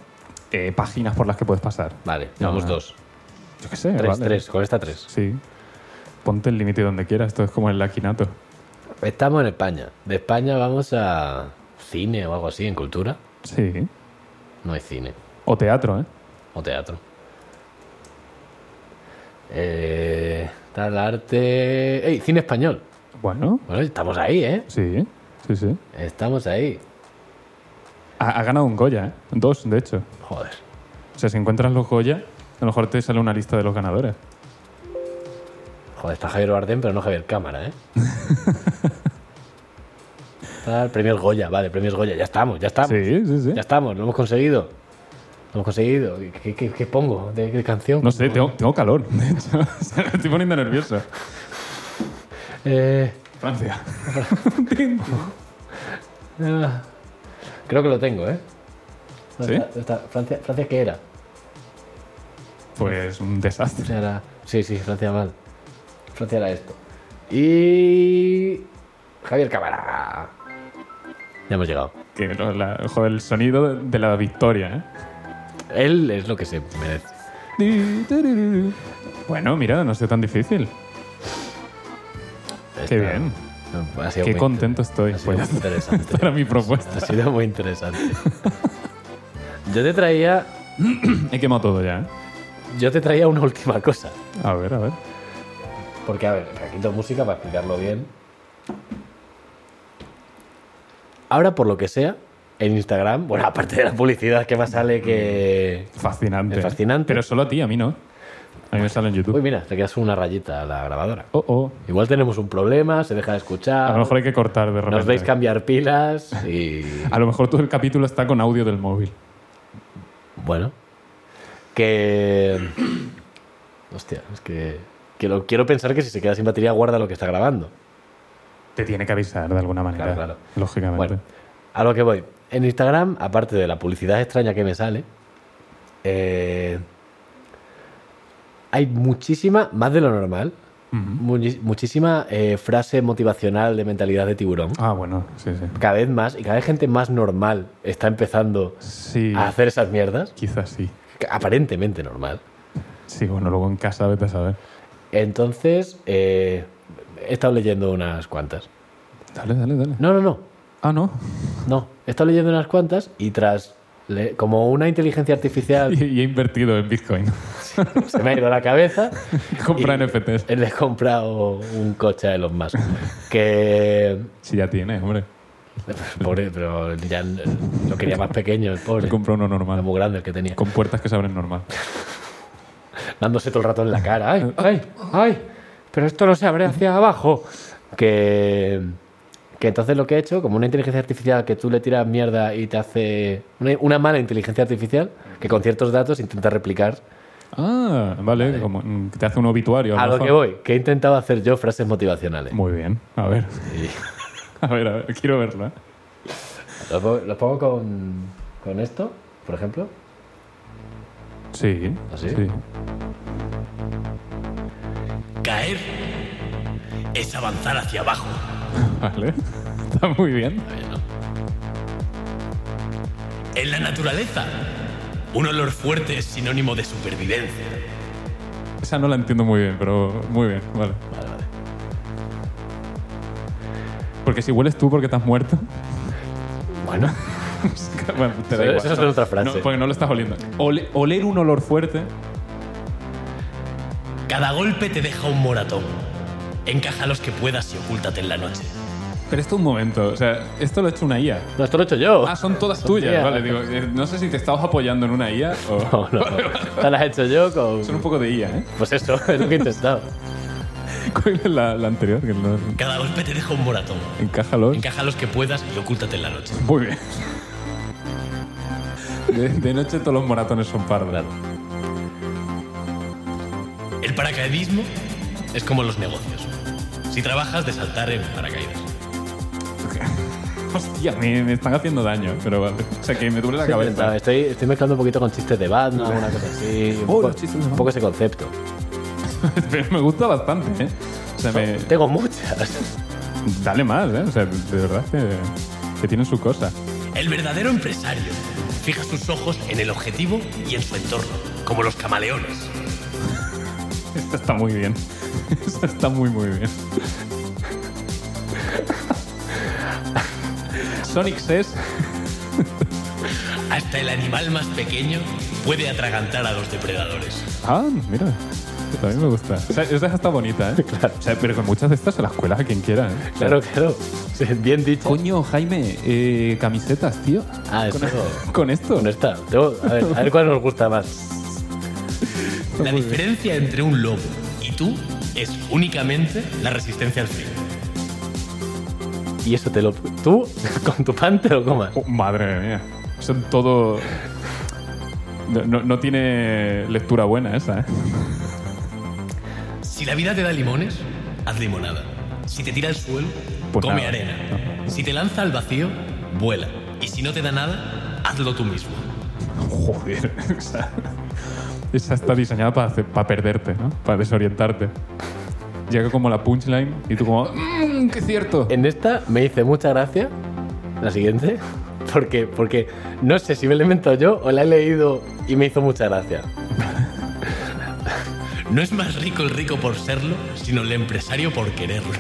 eh, páginas por las que puedes pasar.
vale, llevamos
no.
dos.
Yo qué sé.
Tres,
vale.
tres, con esta tres.
Sí. Ponte el límite donde quieras. Esto es como el laquinato.
Estamos en España. De España vamos a cine o algo así, en cultura.
Sí.
No hay cine.
O teatro, ¿eh?
O teatro. Eh, tal arte. ¡Ey! Cine español.
Bueno,
Bueno, estamos ahí, ¿eh?
sí. Sí, sí.
Estamos ahí.
Ha, ha ganado un Goya, ¿eh? Dos, de hecho.
Joder.
O sea, si encuentras los Goya, a lo mejor te sale una lista de los ganadores.
Joder, está Javier Bardem, pero no Javier Cámara, ¿eh? Tal, premios Goya, vale, premios Goya. Ya estamos, ya estamos.
Sí, sí, sí.
Ya estamos, lo hemos conseguido. Lo hemos conseguido. ¿Qué, qué- qué pongo? ¿De qué canción?
No sé, tengo, tengo calor, de hecho. O sea, me estoy poniendo nervioso.
Eh,
Francia.
ah, creo que lo tengo, ¿eh?
¿Sí?
Está- está- Francia, ¿Francia qué era?
Pues un desastre.
Francia era- Sí, sí, Francia mal. Francia era esto. Y... Javier Cámara. Ya hemos llegado.
Que no, la- joder, el sonido de, de la victoria,
Él es lo que se merece.
¿eh? Bueno, mira, no sea tan difícil.
Está-
Qué bien.
Ha sido
Qué
muy
contento estoy.
Ha sido
Pues
muy
esta
interesante.
era mi propuesta.
Ha sido muy interesante. Yo te traía,
He quemado todo ya, ¿eh?
yo te traía una última cosa.
A ver, a ver.
Porque, a ver, aquí quito música para explicarlo bien. Ahora, por lo que sea, en Instagram, bueno, aparte de la publicidad que más sale que...
Fascinante.
Es fascinante.
Pero solo a ti, a mí no. A mí me sale en
Uy,
YouTube.
mira, te quedas una rayita a la grabadora.
Oh, oh.
Igual tenemos un problema, se deja de escuchar.
A lo mejor hay que cortar de repente. Ah.
Nos veis cambiar pilas y...
A lo mejor todo el capítulo está con audio del móvil.
Bueno. Que... Hostia, es que... que lo- quiero pensar que si se queda sin batería guarda lo que está grabando.
Te tiene que avisar de alguna manera.
Claro, claro.
Lógicamente.
Bueno, a lo que voy. En Instagram, aparte de la publicidad extraña que me sale, eh, hay muchísima, más de lo normal, muñi- muchísima eh, frase motivacional de mentalidad de tiburón.
Ah, bueno, sí, sí.
Cada vez más, y cada vez gente más normal está empezando
Sí,
a hacer esas mierdas,
quizás sí.
aparentemente normal.
Sí, bueno, luego en casa vete a saber.
Entonces, eh, he estado leyendo unas cuantas.
Dale, dale, dale.
No, no, no,
Ah, no.
no. He estado leyendo unas cuantas y tras, le- como una inteligencia artificial
Y, y he invertido en Bitcoin.
se me ha ido la cabeza.
Compra
Y
NFTs.
Le he comprado un coche a Elon Musk. Que.
Si ya tienes, hombre.
Pobre, pero ya lo quería más pequeño, el
He
pobre.
comprado uno
Era
normal.
muy grande el que tenía.
Con puertas que se abren normal.
Dándose todo el rato en la cara. ¡Ay! ¡Ay! ¡Ay! Pero esto no se abre hacia abajo. Que. Que entonces lo que he hecho, como una inteligencia artificial que tú le tiras mierda y te hace. Una, una mala inteligencia artificial que con ciertos datos intenta replicar
Ah, vale. Como, mm, te hace un obituario.
a lo
mejor.
que voy, que he intentado hacer yo frases motivacionales.
Muy bien. A ver.
Y-
A ver, a ver. Quiero verla.
Los pongo, los pongo con, con esto, por ejemplo.
Sí.
¿Así?
Sí.
Caer es avanzar hacia abajo.
Vale. Está muy bien.
En la naturaleza, un olor fuerte es sinónimo de supervivencia.
Esa no la entiendo muy bien, pero muy bien. Vale. Porque Porque si hueles tú porque te has muerto.
Bueno,
bueno, te da
Eso-
igual.
eso es otra frase.
No, porque no lo estás oliendo. Ole- oler un olor fuerte.
Cada golpe te deja un moratón. Encaja los que puedas y ocúltate en la noche.
Pero esto un momento. O sea, esto lo ha hecho una IA.
no, esto lo he hecho yo.
Ah, son todas tuyas.
mías.
Vale, digo, eh, no sé si te estabas apoyando en una IA o.
No, no, no. Estas las he hecho yo con.
Son un poco de IA, ¿eh?
Pues eso, es lo que he intentado.
¿Cuál es la, la anterior? Que no
Cada golpe te deja un moratón.
encaja los.
Encaja los que puedas y ocúltate en la noche.
Muy bien. De, de noche todos los moratones son pardos.
Claro.
El paracaidismo es como los negocios. Si trabajas de saltar en paracaídas.
Hostia, me, me están haciendo daño, pero vale. O sea, que me duele la
Intentado.
cabeza.
Estoy, estoy mezclando un poquito con chistes de Batman, una cosa así. Un
Oh,
poco,
los chistes de
un
Batman.
poco ese concepto.
Pero me gusta bastante, ¿eh? O sea, me,
Tengo muchas.
dale más, ¿eh? O sea, de verdad que, que tienen su cosa.
El verdadero empresario fija sus ojos en el objetivo y en su entorno, como los camaleones.
Esto está muy bien. Esto está muy, muy bien. Sonic Says,
Hasta el animal más pequeño puede atragantar a los depredadores.
Ah, mira. A mí me gusta. O sea, esa está bonita, ¿eh? O sea, pero con muchas de estas se las cuelas a quien quiera, ¿eh? O sea,
Claro, claro. Sí, Bien dicho.
Coño, Jaime, eh, camisetas, tío.
Ah, eso.
Con esto.
No está. Tengo- a, ver, a ver cuál nos gusta más.
La diferencia entre un lobo y tú es únicamente la resistencia al frío.
Y eso te lo. Tú, con tu pan, te lo comas.
Oh, madre mía. Son todo. No, no- no tiene lectura buena esa, ¿eh?
Si la vida te da limones, haz limonada. Si te tira al suelo,
Pues
come
nada.
arena. Si te lanza al vacío, vuela. Y si no te da nada, hazlo tú mismo.
Joder. o sea, esa está diseñada para, hacer- para perderte, ¿no? Para desorientarte. Llega como la punchline y tú como... ¡Mmm, ¡Qué cierto!
En esta me hice mucha gracia. La siguiente. Porque, porque no sé si me la he inventado yo o la he leído y me hizo mucha gracia.
No es más rico el rico por serlo, sino el empresario por quererlo.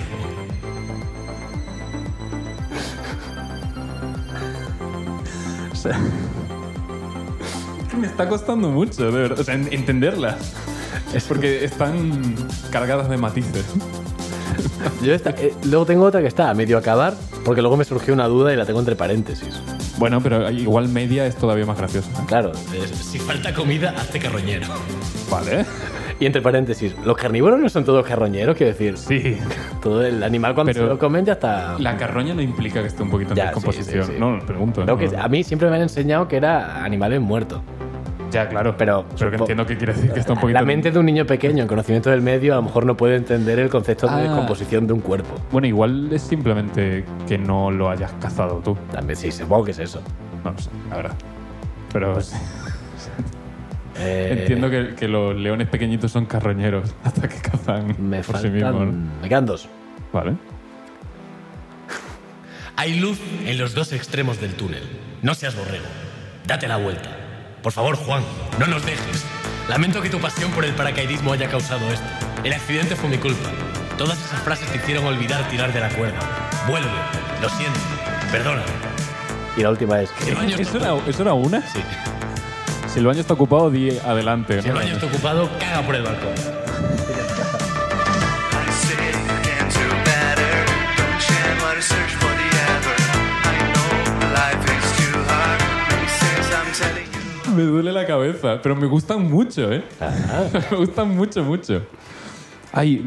O sea, me está costando mucho, de verdad. O sea, en- entenderlas. Es porque están cargadas de matices.
Yo esta- eh, luego tengo otra que está a medio acabar, porque luego me surgió una duda y la tengo entre paréntesis.
Bueno, pero igual media es todavía más graciosa. ¿eh?
Claro.
Es, Si falta comida, hazte carroñero.
Vale.
Y entre paréntesis, los carnívoros no son todos carroñeros, quiero decir.
Sí.
Todo el animal cuando
Pero-
se lo comen ya está.
La carroña no implica que esté un poquito en
Ya, sí,
descomposición.
sí, sí.
No, lo pregunto. ¿eh?
Creo que ah,
No, no.
a mí siempre me han enseñado que era animales muertos.
Ya, claro.
Pero-
pero que
po-
entiendo que quiere decir que está un poquito...
La mente de un niño pequeño en conocimiento del medio a lo mejor no puede entender el concepto
Ah.
de descomposición de un cuerpo.
Bueno, igual es simplemente que no lo hayas cazado tú.
También sí, supongo que es eso.
No lo sé, la verdad. Pero
Pues, Eh,
entiendo que, que los leones pequeñitos son carroñeros hasta que cazan
me
por
faltan...
sí mismos. ¿no?
Me quedan dos.
Vale.
Hay luz en los dos extremos del túnel. No seas borrego. Date la vuelta. Por favor, Juan, no nos dejes. Lamento que tu pasión por el paracaidismo haya causado esto. El accidente fue mi culpa. Todas esas frases te hicieron olvidar tirar de la cuerda. Vuelve. Lo siento. Perdona.
Y la última es...
Si el baño está,
¿Eso era, eso era una?
Sí.
Si el baño está ocupado, di adelante.
Si el baño está ocupado, caga por el balcón.
I say it can't do better. Don't share my research for the ever. I know life is too hard. Makes sense, I'm telling you.
Me duele la cabeza, pero me gustan mucho, ¿eh? me gustan mucho, mucho. Ay,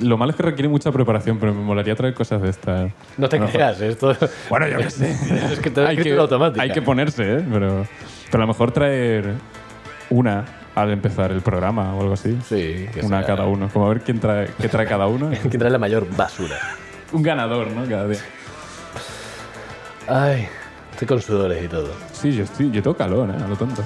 lo malo es que requiere mucha preparación, pero me molaría traer cosas de estas.
No te
A lo mejor-
creas, esto...
Bueno, yo qué sé.
es que te hay que, automática.
hay que ponerse, ¿eh? Pero, pero a lo mejor traer una al empezar el programa o algo así.
Sí, que
Una a
sea-
cada uno. Como a ver quién trae, qué trae cada uno.
Hay que traer la mayor basura.
Un ganador, ¿no? Cada día.
Ay, estoy con sudores y todo.
Sí, yo, estoy, yo tengo calor, ¿eh? A lo tonto.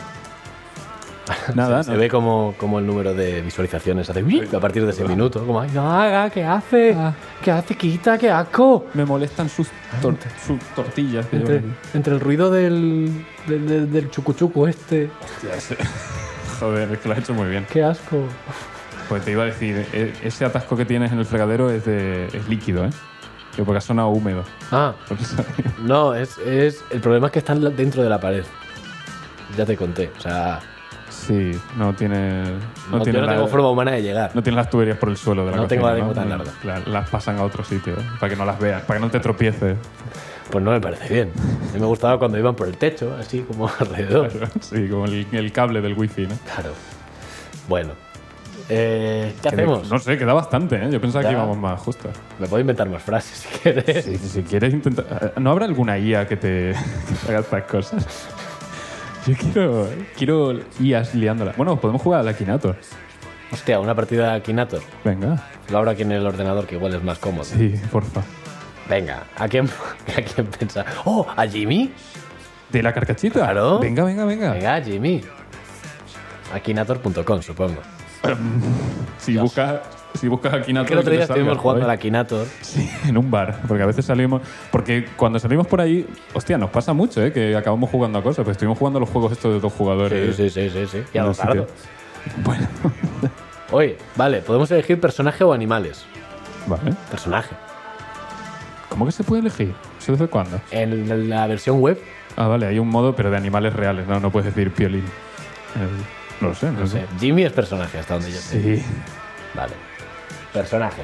Nada,
Se
Ah, no-
ve como, como el número de visualizaciones hace ¡bip! a partir de
Ah.
ese minuto. Como, ay, no, haga, ¿qué hace? ¿Qué hace, quita? ¡Qué asco!
Me molestan sus, tor- sus tortillas. que
Entre,
llevan
entre el ruido del, del, del- del chucuchuco este,
aquí. Joder, es que lo has hecho muy bien.
qué asco.
Pues te iba a decir, e- ese atasco que tienes en el fregadero es, de, es líquido, ¿eh? Yo porque ha sonado húmedo.
Ah,
Por eso-
no, es, es. El problema es que están la- dentro de la pared. Ya te conté. O sea,
sí, no tiene.
no, yo
tiene
no
la-
tengo forma humana de llegar.
no tiene las tuberías por el suelo de la
No tengo la
cocina,
lengua tan
No,
larga.
la- las pasan a otro sitio, ¿eh? para que no las veas, para que no te tropieces.
Pues no me parece bien. A mí me gustaba cuando iban por el techo, así como alrededor.
Sí, como el, el cable del wifi, ¿no?
Claro. Bueno. Eh, ¿Qué
Que de-
hacemos?
No sé, queda bastante, ¿eh? Yo pensaba que
Ya.
íbamos más justas.
Me puedo inventar más frases si quieres.
Si, si quieres intentar... eh, ¿No habrá alguna IA que te que haga estas cosas? Yo quiero, quiero IAs liándola. Bueno, podemos jugar a la Kinator.
Hostia, una partida de Akinator.
Venga.
Lo abro aquí en el ordenador, que igual es más cómodo.
Sí, porfa.
Venga, ¿a quién, ¿a quién pensar? ¡Oh! ¿A Jimmy?
¿De la carcachita?
Claro.
Venga, venga, venga.
Venga, Jimmy. Akinator.com, supongo.
Ah, Si buscas si buscas a Kinator...
Es que el otro
que te
día estuvimos
salga,
jugando a
joder.
la Akinator.
Sí, en un bar. Porque a veces salimos... Porque cuando salimos por ahí... Hostia, nos pasa mucho, ¿eh? Que acabamos jugando a cosas. Pues estuvimos jugando a los juegos estos de dos
Sí,
jugadores.
sí, sí, sí, sí. Y a
en
los
un sitio.
dardos.
Bueno,
Oye, vale, podemos elegir personaje o animales.
vale.
Personaje.
¿Cómo que se puede elegir? ¿Eso desde cuándo?
En la versión web,
Ah, vale, hay un modo, pero de animales reales, ¿no? No puedes decir piolín. Eh, no lo sé, no,
no
sé.
sé, Eh, Jimmy es personaje, hasta donde yo sé.
Sí.
Vale. Personaje.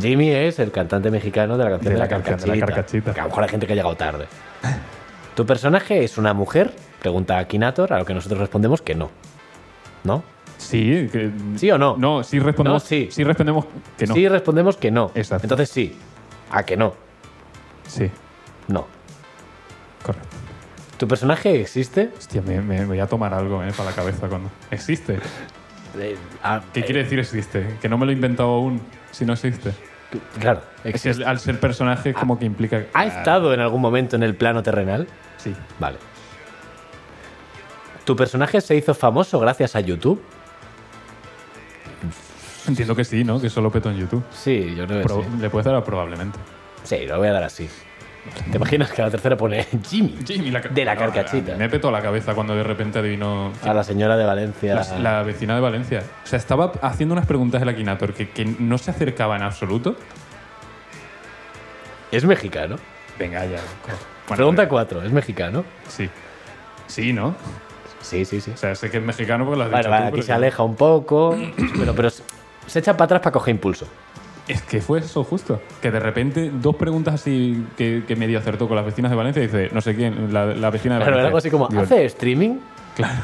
Jimmy es el cantante mexicano de la canción
De
de,
la
la
carca- de
carcachita.
la carcachita. Eh.
Que a lo mejor hay gente que ha llegado tarde. ¿Tu personaje es una mujer? Pregunta Akinator, a lo que nosotros respondemos que no. ¿No?
Sí, que-
¿Sí o no?
No, sí respondemos.
No, sí.
respondemos que no.
Sí, respondemos que no.
Exacto.
Entonces sí. A que no.
Sí,
No.
correcto.
¿Tu personaje existe?
Hostia, me, me- me voy a tomar algo eh, para la cabeza cuando. ¿Existe?
Eh, ah,
¿Qué
eh,
quiere decir existe? Que no me lo he inventado aún, si no existe.
Claro.
Es
existe. Ah.
que al ser personaje, como que implica.
¿Ha estado en algún momento en el plano terrenal?
Sí.
Vale. ¿Tu personaje se hizo famoso gracias a YouTube?
Entiendo que sí, ¿no? Que solo peto en YouTube.
Sí, yo creo que
Pro-
Pues sí.
Le puedes dar a probablemente.
Sí, lo voy a dar así. ¿Te imaginas que a la tercera pone Jimmy?
Jimmy, la ca-
De la
No,
carcachita.
Me petó la cabeza cuando de repente adivinó
A la señora de Valencia.
La, la vecina de Valencia. O sea, estaba haciendo unas preguntas del Akinator que, que no se acercaba en absoluto.
Es mexicano.
Venga, ya.
Pregunta 4. ¿Es mexicano?
pues, Sí. Sí, ¿no?
Sí, sí, sí.
O sea, sé que es mexicano porque lo has
Bueno,
dicho
va,
tú,
aquí
pero
se
yo-
aleja un poco, pero, pero se se echa para atrás para coger impulso.
Es que fue eso justo. Que de repente dos preguntas así que, que medio acertó con las vecinas de Valencia y dice, no sé quién, la, la vecina de
Claro,
Valencia.
era algo así como,
Digo,
¿hace streaming?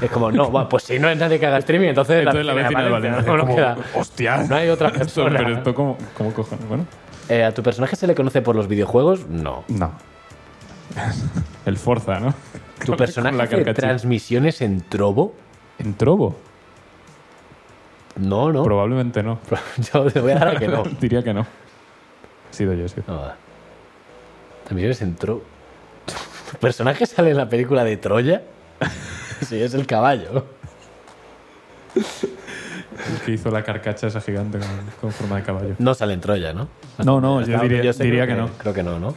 Es como, no, va, pues si no es nadie que haga streaming, entonces,
Entonces la vecina de Valencia.
no nos
Como,
queda.
Hostia.
No hay otra
Esto-
persona.
pero esto, ¿cómo, cómo cojones? Bueno,
Eh, ¿A tu personaje se le conoce por los videojuegos? No.
no. El Forza, ¿no?
¿Tu personaje hace
carcachita.
transmisiones en Trobo?
¿En Trobo?
No, no.
Probablemente no.
Yo le voy a dar a que no.
Diría que no. He sido yo, sí.
No va. También es en Tro... ¿Tu personaje sale en la película de Troya? sí, es el caballo.
El que hizo la carcacha esa gigante con, con forma de caballo.
No sale en Troya, ¿no?
No, no,
Hasta
yo
donde
diría,
sé,
diría que,
creo
no.
Creo que no, ¿no?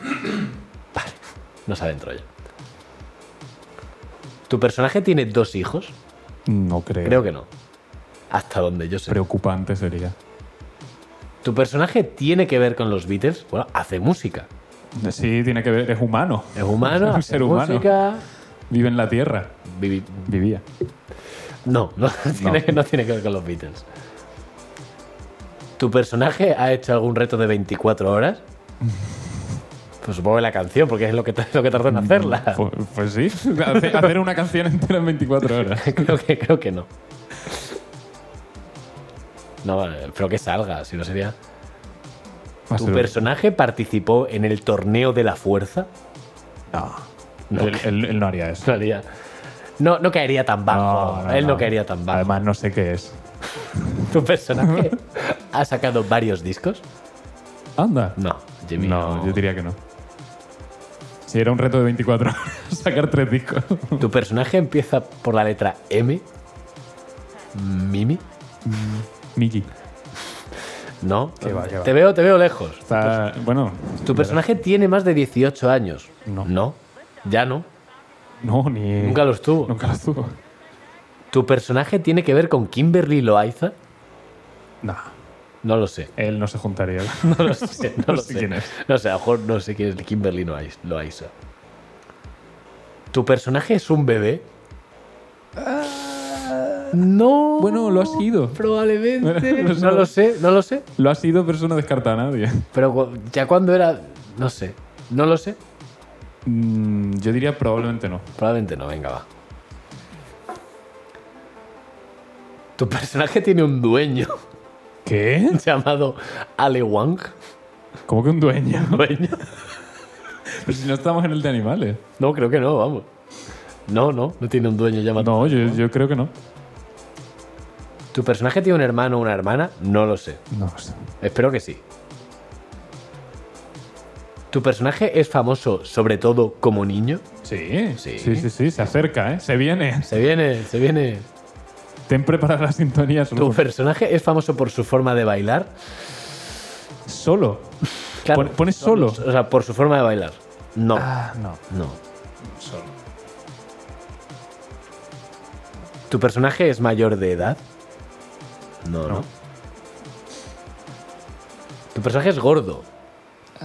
Vale. No sale en Troya. ¿Tu personaje tiene dos hijos?
No creo.
Creo que no. Hasta donde yo sé.
Preocupante sería.
¿Tu personaje tiene que ver con los Beatles? Bueno, hace música.
Sí, tiene que ver. Es humano.
Es humano,
Es un
hace
ser humano.
música.
Vive en la Tierra.
vivi-
Vivía.
No, no, tiene, no tiene que ver con los Beatles. ¿Tu personaje ha hecho algún reto de 24 horas? Pues supongo que la canción, porque es lo que, ta- lo que tardó en hacerla.
Pues, pues sí. Hace- hacer una canción entera en 24 horas.
creo, que, creo que no. No, eh, pero que salga, si no sería.
Va a
¿Tu
ser-
personaje participó en el torneo de la fuerza?
No.
No.
Él, él- él no haría eso.
No, haría- no, no caería tan bajo.
No, no,
Ah, Él no,
no.
caería tan bajo.
Además, no sé qué es.
¿Tu personaje ha sacado varios discos?
Anda.
No, Jimmy.
No, yo diría que no. Si era un reto de 24 horas, sacar tres discos.
¿Tu personaje empieza por la letra M? ¿Mimi?
Miki.
No.
Qué va, qué va.
Te veo, te veo lejos.
Está, bueno,
¿Tu personaje tiene más de 18 años?
No.
No. Ya no.
no, ni.
Nunca los tuvo.
Nunca los tuvo.
¿Tu personaje tiene que ver con Kimberly Loaiza?
No.
No lo sé.
Él no se juntaría.
No lo sé. No,
No
lo
sé
sé
quién es.
No sé, a lo mejor no sé quién es Kimberly Noais- Loaiza. ¿Tu personaje es un bebé?
Ah.
No.
Bueno, lo ha sido.
Probablemente.
Lo
no lo sé, no lo sé.
Lo ha sido, pero eso no descarta a nadie.
Pero cu- ya cuando era. No sé. No lo sé.
Mm, yo diría probablemente no.
Probablemente no, venga, va. Tu personaje tiene un dueño
¿Qué?
llamado Ale Wang.
¿Cómo que un dueño?
Dueño.
Pero si no estamos en el de animales.
No, creo que no, vamos. No, no, no tiene un dueño llamado.
No, yo, yo creo que no.
¿Tu personaje tiene un hermano o una hermana? No lo sé.
No lo sé.
Espero que sí. ¿Tu personaje es famoso sobre todo como niño?
Sí, sí,
Sí.
sí, sí, se acerca, ¿eh? Se viene.
Se viene, se viene.
Ten preparada la sintonía solo.
¿Tu personaje es famoso por su forma de bailar?
solo. Pon- pones solo.
O sea, por su forma de bailar. No,
Ah, no.
no.
Solo.
¿Tu personaje es mayor de edad? No, no. ¿Tu personaje es gordo?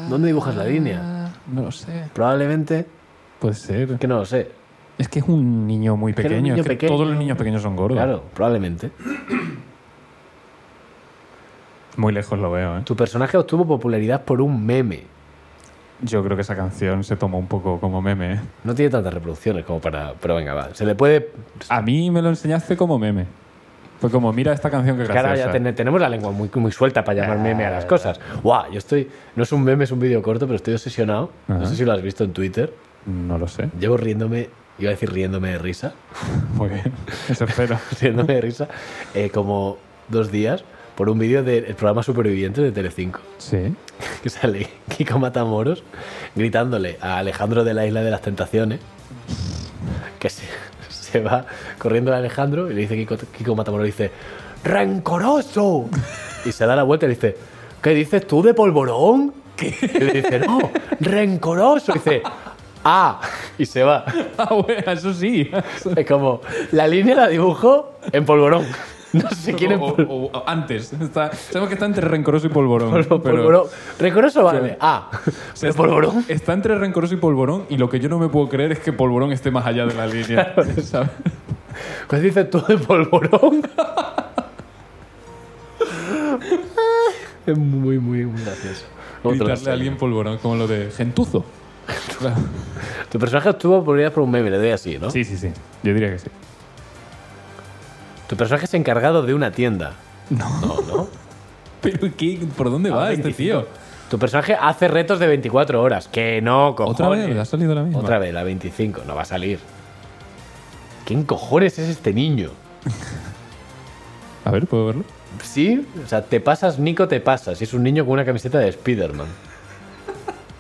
¿Dónde dibujas la línea?
Ah, No lo sé.
Probablemente
Puede ser.
que no lo sé.
Es que es un niño muy
que era un
pequeño.
niño
es que
pequeño.
Todos los niños pequeños son gordos.
Claro, probablemente.
Muy lejos lo veo, ¿eh?
Tu personaje obtuvo popularidad por un meme.
Yo creo que esa canción se tomó un poco como meme. ¿eh?
No tiene tantas reproducciones como para. Pero venga, va. Se le puede.
A mí me lo enseñaste como meme. Fue como, mira esta canción que
Es que ahora ya
graciosa.
ten- tenemos la lengua muy, muy suelta para llamar meme a las cosas. ¡Guau! Yo estoy. No es un meme, es un vídeo corto, pero estoy obsesionado.
Ajá.
No sé si lo has visto en Twitter.
No lo sé.
Llevo riéndome. Iba a decir riéndome de risa.
Muy bien. Eso espero.
riéndome de risa. eh, como dos días por un vídeo del programa Supervivientes de Telecinco.
Sí.
Que sale Kiko Matamoros gritándole a Alejandro de la Isla de las Tentaciones que se, se va corriendo a Alejandro y le dice Kiko, Kiko Matamoros, dice ¡Rencoroso! Y se da la vuelta y le dice ¿Qué dices tú de polvorón? Y le dice, no, rencoroso. Y dice, ah, y se va.
Ah, bueno, eso sí.
Es como, la línea la dibujó en polvorón. No sé quién en
O-
polvorón.
o- o antes. Está- sabemos que está entre rencoroso y polvorón.
Polvo-
pero-
polvorón. Rencoroso vale.
Pero-
Ah,
o sea,
pero polvorón.
Está entre rencoroso y polvorón. Y lo que yo no me puedo creer es que polvorón esté más allá de la línea. ¿sabes?
¿Qué
Pues
dices tú de polvorón? es muy, muy, muy gracioso. Luego te lo
Gritarle a alguien polvorón, como lo de gentuzo. Claro.
enseño. Tu personaje estuvo popularidad por un meme, le doy así, ¿no?
Sí, sí, sí. Yo diría que sí.
Tu personaje es encargado de una tienda. No, no.
Pero ¿qué? ¿por dónde va
Ah,
este
25.
tío?
Tu personaje hace retos de 24 horas. Que no, cojones.
eh. Otra vez, ha salido la misma.
Otra vez, la 25. No va a salir. ¿Quién cojones es este niño?
A ver, ¿puedo verlo?
Sí, o sea, te pasas, Nico, te pasas. Y es un niño con una camiseta de Spider-Man.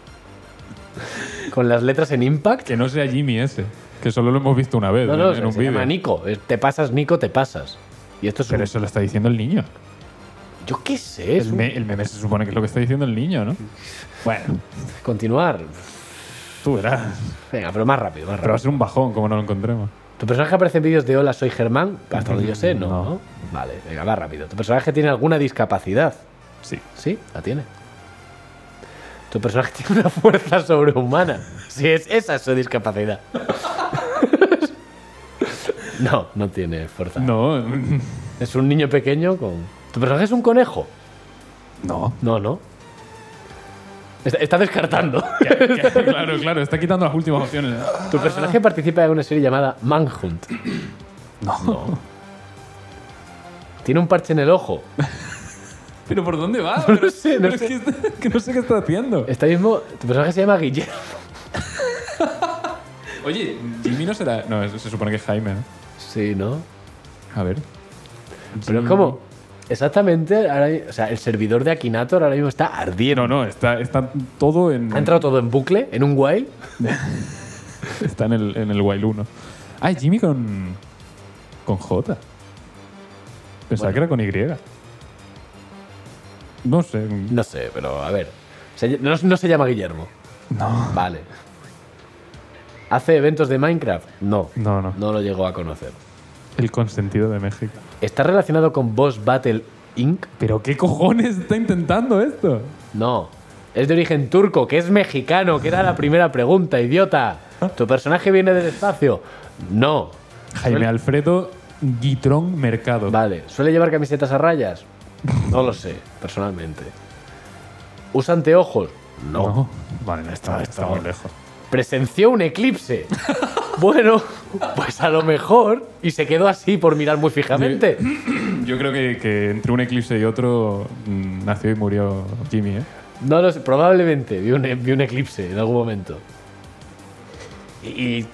con las letras en Impact.
Que no sea Jimmy ese, que solo lo hemos visto una vez
No,
en-
no,
en
se,
un
se llama
vídeo.
Nico. Es, Te pasas, Nico, te pasas. Y esto es un-
Pero eso lo está diciendo el niño.
Yo qué sé. es
El,
un-
me- el meme se supone que es lo que está diciendo el niño, ¿no? Bueno,
Continuar.
tú verás.
Venga, pero más rápido, más
Pero va a
rápido.
ser un bajón como no lo encontremos.
¿Tu personaje aparece en vídeos de Hola, soy Germán? Hasta donde yo sé, no,
No.
no. Vale, venga, va rápido. ¿Tu personaje tiene alguna discapacidad?
Sí.
Sí, la tiene. Tu personaje tiene una fuerza sobrehumana. Si es esa es su discapacidad. No, no tiene fuerza.
No,
Es un niño pequeño con. ¿Tu personaje es un conejo?
no.
No, no. Está, está descartando.
claro, claro, está quitando las últimas opciones.
Tu personaje participa en una serie llamada Manhunt.
No.
Tiene un parche en el ojo.
Pero ¿por dónde va? Pero-
sé, no
pero es
sé.
Que, está- que no sé qué está haciendo.
Está mismo. Tu personaje se llama Guillermo.
Oye, Jimmy no será. No, eso se supone que es Jaime, ¿no?
Sí, ¿no?
A ver.
Pero es como. Exactamente. ahora hay- o sea, el servidor de Akinator ahora mismo está ardiendo.
No, no, está, está todo en.
Ha entrado todo en bucle, en un while.
Está en el, en el Wild 1. Ah, es Jimmy con. con J. Pensaba que era con Y. No sé.
No sé, pero a ver. Se- no, no se llama Guillermo.
No.
Vale. ¿Hace eventos de Minecraft? No.
No, no.
No lo llegó a conocer.
El consentido de México.
¿Está relacionado con Boss Battle Inc.
¿Pero qué cojones está intentando esto?
No. Es de origen turco, que es mexicano, que era la primera pregunta, idiota. ¿Tu personaje viene del espacio? No.
Jaime Alfredo Guitrón Mercado.
Vale. ¿Suele llevar camisetas a rayas? No lo sé, personalmente. ¿Usa anteojos? No.
No. Vale, no está, está muy lejos.
Presenció un eclipse. bueno, pues a lo mejor. Y se quedó así por mirar muy fijamente.
Yo creo que, que entre un eclipse y otro mm, nació y murió Jimmy, ¿eh?
No lo sé, probablemente vi un, e, vi un eclipse en algún momento. Y, y-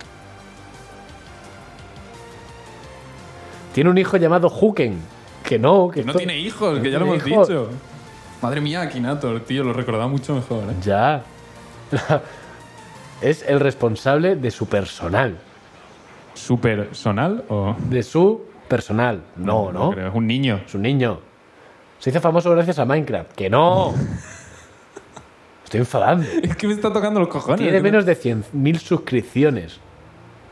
Tiene un hijo llamado Huken. Que no, que
No
esto-
tiene hijos, que ya lo
tiene
hemos
hijos.
dicho. Madre mía, Akinator, tío, lo recordaba mucho mejor, ¿eh?
Ya. es el responsable de su personal.
¿Supersonal o...?
De su personal. No, ¿no?
creo, Es un niño.
Es un niño. Se hizo famoso gracias a Minecraft. Que no. Estoy enfadando.
Es que me está tocando los cojones.
Tiene menos de 100.000 suscripciones.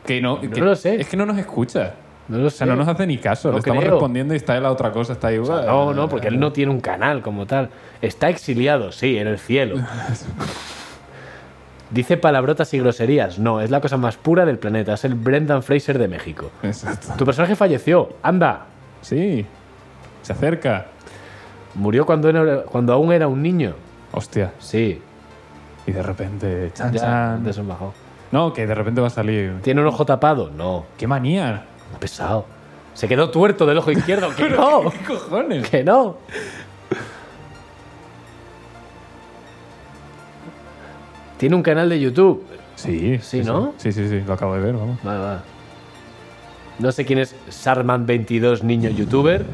Que no, que-
lo sé.
Es que no nos escucha.
No lo
O
sé.
sea, no nos hace ni caso.
No
Le estamos
creo.
respondiendo y está él a otra cosa. Está ahí... "Buah".
No, no, porque él no tiene un canal como tal. Está exiliado, sí, en el cielo. Dice palabrotas y groserías. No, es la cosa más pura del planeta. Es el Brendan Fraser de México.
Exacto.
Tu personaje falleció. Anda.
Sí. Se acerca.
Murió cuando, era- cuando aún era un niño.
Hostia.
Sí.
Y de repente... Chan,
Ya,
chan.
de eso me bajó.
No, que de repente va a salir...
¿Tiene un ojo tapado? No.
¡Qué manía!
Pesado. Se quedó tuerto del ojo izquierdo. ¡Que no!
¿Qué cojones?
¡Que no! Tiene un canal de YouTube.
Sí.
Sí, ¿no?
Sí, sí, sí. Lo acabo de ver, vamos.
Vale, vale. No sé quién es Sarman22, niño youtuber,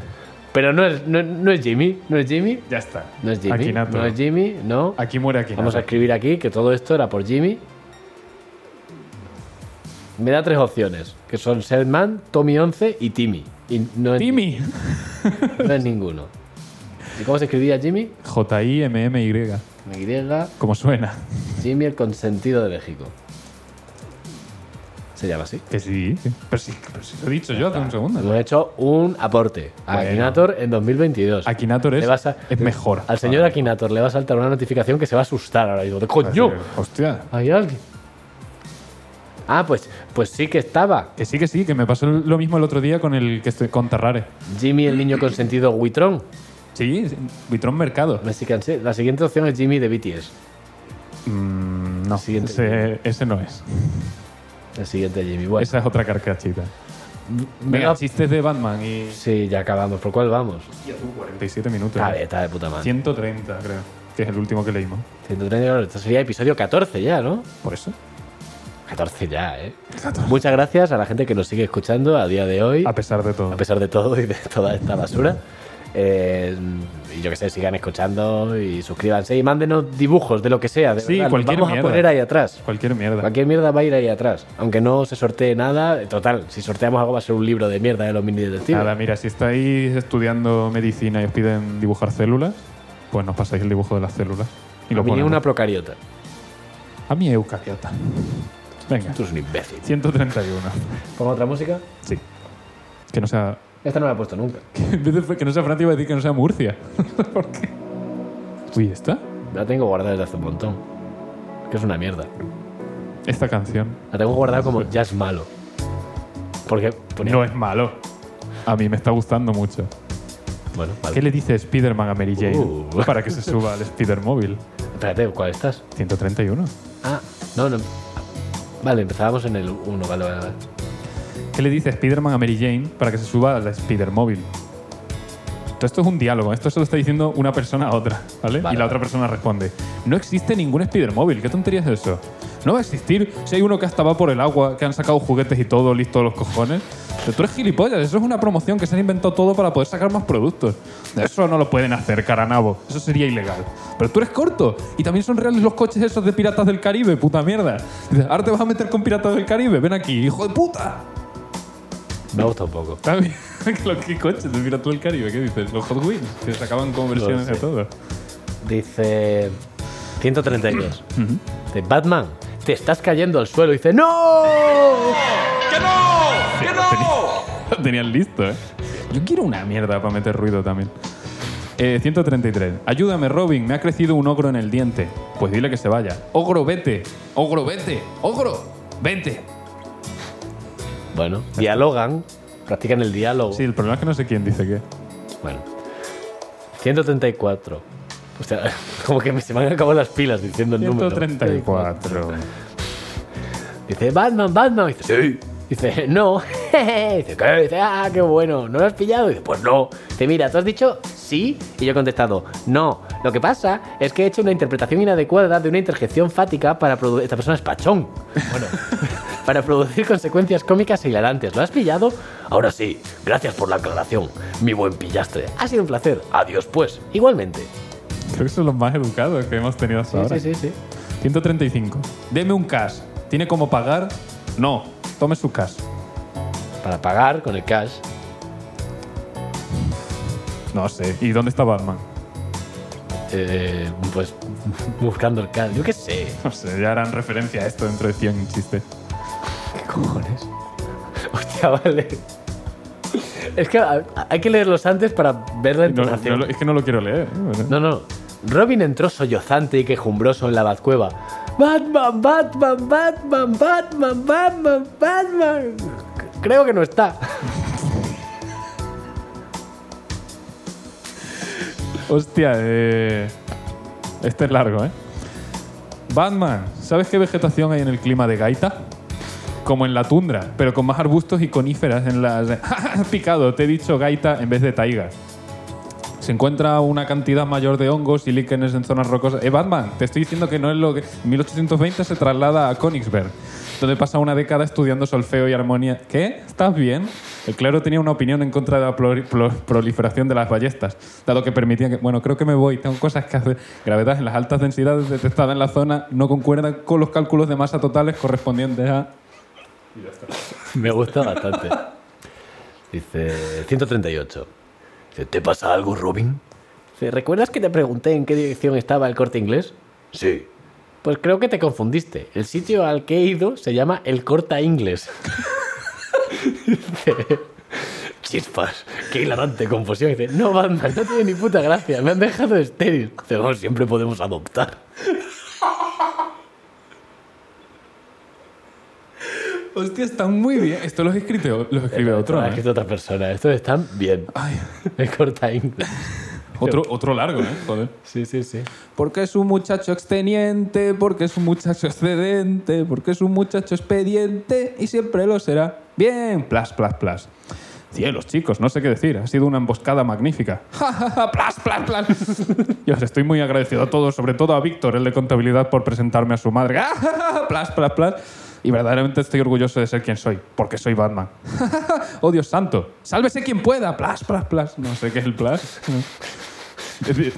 pero no es, no, no es Jimmy, no es Jimmy,
Ya está.
no es Jimmy,
Akinator.
no es Jimmy, no.
Aquí muere Akinator.
Vamos a escribir aquí que todo esto era por Jimmy. Me da tres opciones, que son Serman, Tommy11 y Timmy. Y no es,
Timmy.
No es ninguno. ¿Y cómo se escribía Jimmy?
J-I-M-M-Y.
Me griega
Como suena.
Jimmy el consentido de México. Se llama así.
Que sí. Pero sí, pero sí lo he dicho yo hace un segundo.
Hemos hecho un aporte a
Bueno.
Akinator en 2022.
Akinator
Le
es,
vas a-
es mejor.
Al señor Akinator le va a saltar una notificación que se va a asustar ahora mismo. De, ¡Coño!
Pues Hostia.
¿Hay alguien? Ah, pues, pues sí que estaba.
Que sí, que sí, que me pasó lo mismo el otro día con el que estoy con Terrare.
Jimmy, el niño consentido Witron.
Sí, sí, Vitron Mercado.
Mexican Sea. La siguiente opción es Jimmy de BTS.
Mm, no,
Siguiente.
ese, ese no es.
El siguiente Jimmy. Bueno,
Esa es otra carcachita.
me
Venga,
da-
chistes de Batman y
Sí, ya acabamos. ¿Por cuál vamos?
47 minutos.
Está de, está de puta madre.
130, creo, que es el último que leímos.
130 euros. Esto sería episodio 14 ya, ¿no?
Por eso.
14 ya, ¿eh?
14.
Muchas gracias a la gente que nos sigue escuchando a día de hoy.
A pesar de todo.
a pesar de todo y de toda esta basura. Eh, y yo que sé, sigan escuchando y suscríbanse y mándenos dibujos de lo que sea. De
Sí,
verdad, los
cualquier
vamos
mierda.
a poner ahí atrás.
Cualquier mierda.
Cualquier mierda va a ir ahí atrás. Aunque no se sortee nada, total, si sorteamos algo va a ser un libro de mierda de los mini detectives.
Nada, mira, si estáis estudiando medicina y os piden dibujar células, pues nos pasáis el dibujo de las células. Y
A
lo
mí
ponemos.
una procariota.
A mí eucariota. Venga,
Tú eres un imbécil.
131.
¿Pongo otra música?
Sí. Que no sea...
Esta no la he puesto nunca.
Que, en vez de- que no sea Francia iba a decir que no sea Murcia. ¿Por qué? Uy, ¿esta?
La tengo guardada desde hace un montón. Que es una mierda.
Esta canción
La tengo guardada como ya es malo. Porque ponía-
no es malo. A mí me está gustando mucho.
Bueno, vale.
¿Qué le dice Spider-Man a Mary Jane
Uh.
para que se suba al Spider-Móvil?
Espérate, ¿cuál estás?
131.
Ah, no, no. Vale, empezábamos en el 1, vale, vale, vale.
¿Qué le dice Spider-Man a Mary Jane para que se suba al Spider-Móvil? Todo esto es un diálogo, esto se lo está diciendo una persona a otra,
Vale,
¿vale? y la
vale.
otra persona responde, no existe ningún Spider-Móvil, ¿qué tontería es eso? No va a existir si hay uno que hasta va por el agua, que han sacado juguetes y todo, listo los cojones. Pero tú eres gilipollas, eso es una promoción que se han inventado todo para poder sacar más productos. Eso no lo pueden hacer, caranabo, eso sería ilegal. Pero tú eres corto, y también son reales los coches esos de Piratas del Caribe, puta mierda. Dices, Ahora te vas a meter con Piratas del Caribe, ven aquí, hijo de puta.
Me gusta un poco.
También, los que coches de Piratas del Caribe, ¿qué dices? Los Hot Wheels, que sacaban como versiones de todo.
Dice 132. De Batman, te estás cayendo al suelo. Dice, ¡No!
Lo tenían listo, ¿eh? Yo quiero una mierda para meter ruido también. Eh, 133. Ayúdame, Robin, me ha crecido un ogro en el diente. Pues dile que se vaya. Ogro, vete. Ogro, vete. Ogro, vete.
Bueno, dialogan, practican el diálogo.
Sí, el problema es que no sé quién dice qué.
Bueno. 134. O sea, como que me- se me han acabado las pilas diciendo el número.
134.
Dice, Batman, Batman. Dice, sí. Dice, no. dice, ¿qué? Dice, ah, qué bueno. ¿No lo has pillado? Dice, pues no. Dice, mira, tú has dicho sí. Y yo he contestado, no. Lo que pasa es que he hecho una interpretación inadecuada de una interjección fática para producir. Esta persona es pachón. Bueno. Para producir consecuencias cómicas e hilarantes. ¿Lo has pillado? Ahora sí. Gracias por la aclaración, mi buen pillastre. Ha sido un placer. Adiós, pues. Igualmente.
Creo que son los más educados que hemos tenido hasta
Sí,
ahora.
sí, sí, sí.
135. Deme un cash. ¿Tiene cómo pagar? No. Tome su cash.
Para pagar con el cash.
No sé. ¿Y dónde está Batman?
eh, pues buscando el cash. Yo qué sé.
No sé, ya harán referencia a esto dentro de 100 chistes.
¿Qué cojones? Hostia, vale. Es que a- hay que leerlos antes para ver la
No, no
entonación.
lo- es que no lo quiero leer.
No, no. Robin entró sollozante y quejumbroso en la Batcueva. Batman, Batman, Batman, Batman, Batman, Batman. Creo que no está.
Hostia, eh... este es largo, ¿eh? Batman, ¿sabes qué vegetación hay en el clima de Gaita? Como en la tundra, pero con más arbustos y coníferas en las... Picado, te he dicho Gaita en vez de taiga. Se encuentra una cantidad mayor de hongos y líquenes en zonas rocosas. Eh, Batman, te estoy diciendo que no es lo que... En 1820 se traslada a Königsberg, donde pasa una década estudiando solfeo y armonía. ¿Qué? ¿Estás bien? El clero tenía una opinión en contra de la plori- plo- proliferación de las ballestas, dado que permitían que... Bueno, creo que me voy, tengo cosas que hacer. Gravedad en las altas densidades detectadas en la zona no concuerdan con los cálculos de masa totales correspondientes a...
Me gusta bastante. Dice 138. Dice, ¿te pasa algo, Robin? Dice, ¿recuerdas que te pregunté en qué dirección estaba el corte inglés?
Sí.
Pues creo que te confundiste. El sitio al que he ido se llama El Corta Inglés. Dice, Chispas, qué hilarante confusión. Dice, no, Batman, no tiene ni puta gracia, me han dejado estéril. Dice, "Bueno, siempre podemos adoptar.
Hostia, están muy bien. Esto los escribe, los escribe otro,
Ah,
¿eh?
que es otra persona, estos están bien.
Ay,
El Corta Inglés.
otro, otro largo, ¿eh? Joder.
Sí, sí, sí.
Porque es un muchacho exteniente, porque es un muchacho excedente, porque es un muchacho expediente y siempre lo será. Bien, plas, plas, plas. Cielos, chicos, no sé qué decir. Ha sido una emboscada magnífica. ¡Ja, ja, ja! ¡Plas, plas, plas! Yo os estoy muy agradecido a todos, sobre todo a Víctor, el de contabilidad, por presentarme a su madre. ¡Ja, ja, ja! ¡Plas, plas, plas! Y verdaderamente estoy orgulloso de ser quien soy, porque soy Batman. ¡Ja, ja, ja! ¡Oh, Dios santo! ¡Sálvese quien pueda! ¡Plas, plas, plas! No sé qué es el plas.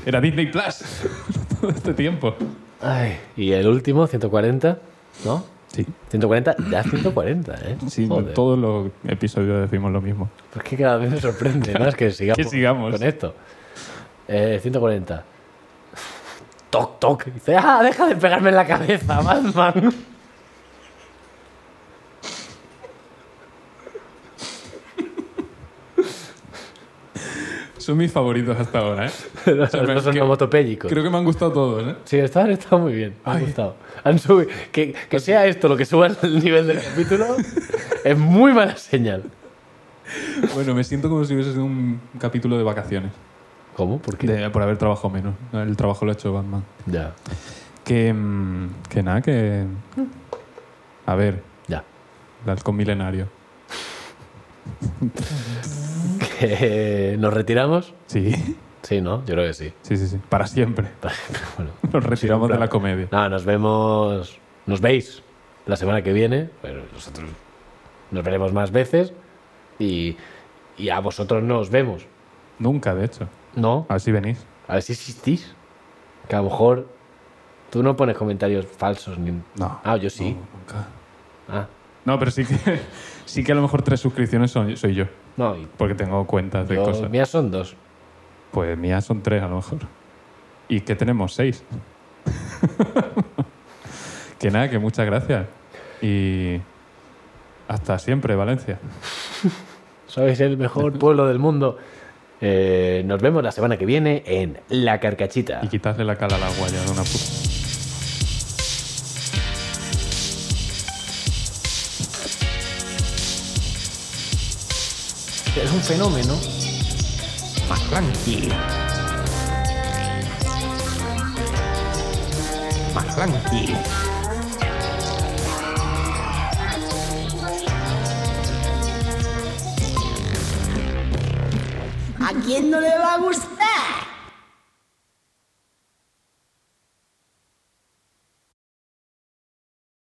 Era Disney Plus todo este tiempo.
Ay, y el último, 140, ¿no?
Sí.
140, ya 140, ¿eh?
Sí,
Joder.
todos los episodios decimos lo mismo.
Pues que cada vez me sorprende más que sigamos,
Que sigamos.
con esto. Eh, 140. Toc, toc. Dice, ah, deja de pegarme en la cabeza, Batman.
Son mis favoritos hasta ahora, ¿eh?
Los
sea, me-
dos son
que-
homotopélicos.
Creo que me han gustado todos, ¿eh?
Sí, está, está muy bien. Me ha gustado. Han subi- Que,
Pues
que sea esto lo que suba el nivel del capítulo es muy mala señal.
Bueno, me siento como si hubiese sido un capítulo de vacaciones.
¿Cómo? ¿Por qué?
de- por haber trabajado menos. El trabajo lo ha hecho Batman.
Ya,
Que, mm, que nada, que... A ver,
ya.
el halcón milenario.
Que nos retiramos.
Sí,
Sí, ¿no? Yo creo que sí.
sí, sí, sí. Para siempre.
bueno.
Nos retiramos de la comedia.
Nada, nos vemos. Nos veis la semana que viene. Pero nosotros nos veremos más veces. Y, y a vosotros no os vemos.
Nunca, de hecho.
No.
A ver si venís.
A ver si existís. Que a lo mejor tú no pones comentarios falsos. Ni...
No.
Ah, yo sí.
No, nunca.
Ah,
No, pero sí que, sí que a lo mejor tres suscripciones son- soy yo.
no. Y
Porque tengo cuentas de
yo-
cosas.
mías son dos.
Pues mías son tres a lo mejor. ¿Y qué tenemos? Seis. que nada, que muchas gracias. Y hasta siempre, Valencia.
Sois el mejor pueblo del mundo. Eh, nos vemos la semana que viene en La Carcachita.
Y quitarle la cala al agua ya de una puta.
Es un fenómeno.
McClanky. McClanky.
¿A quién no le va a gustar?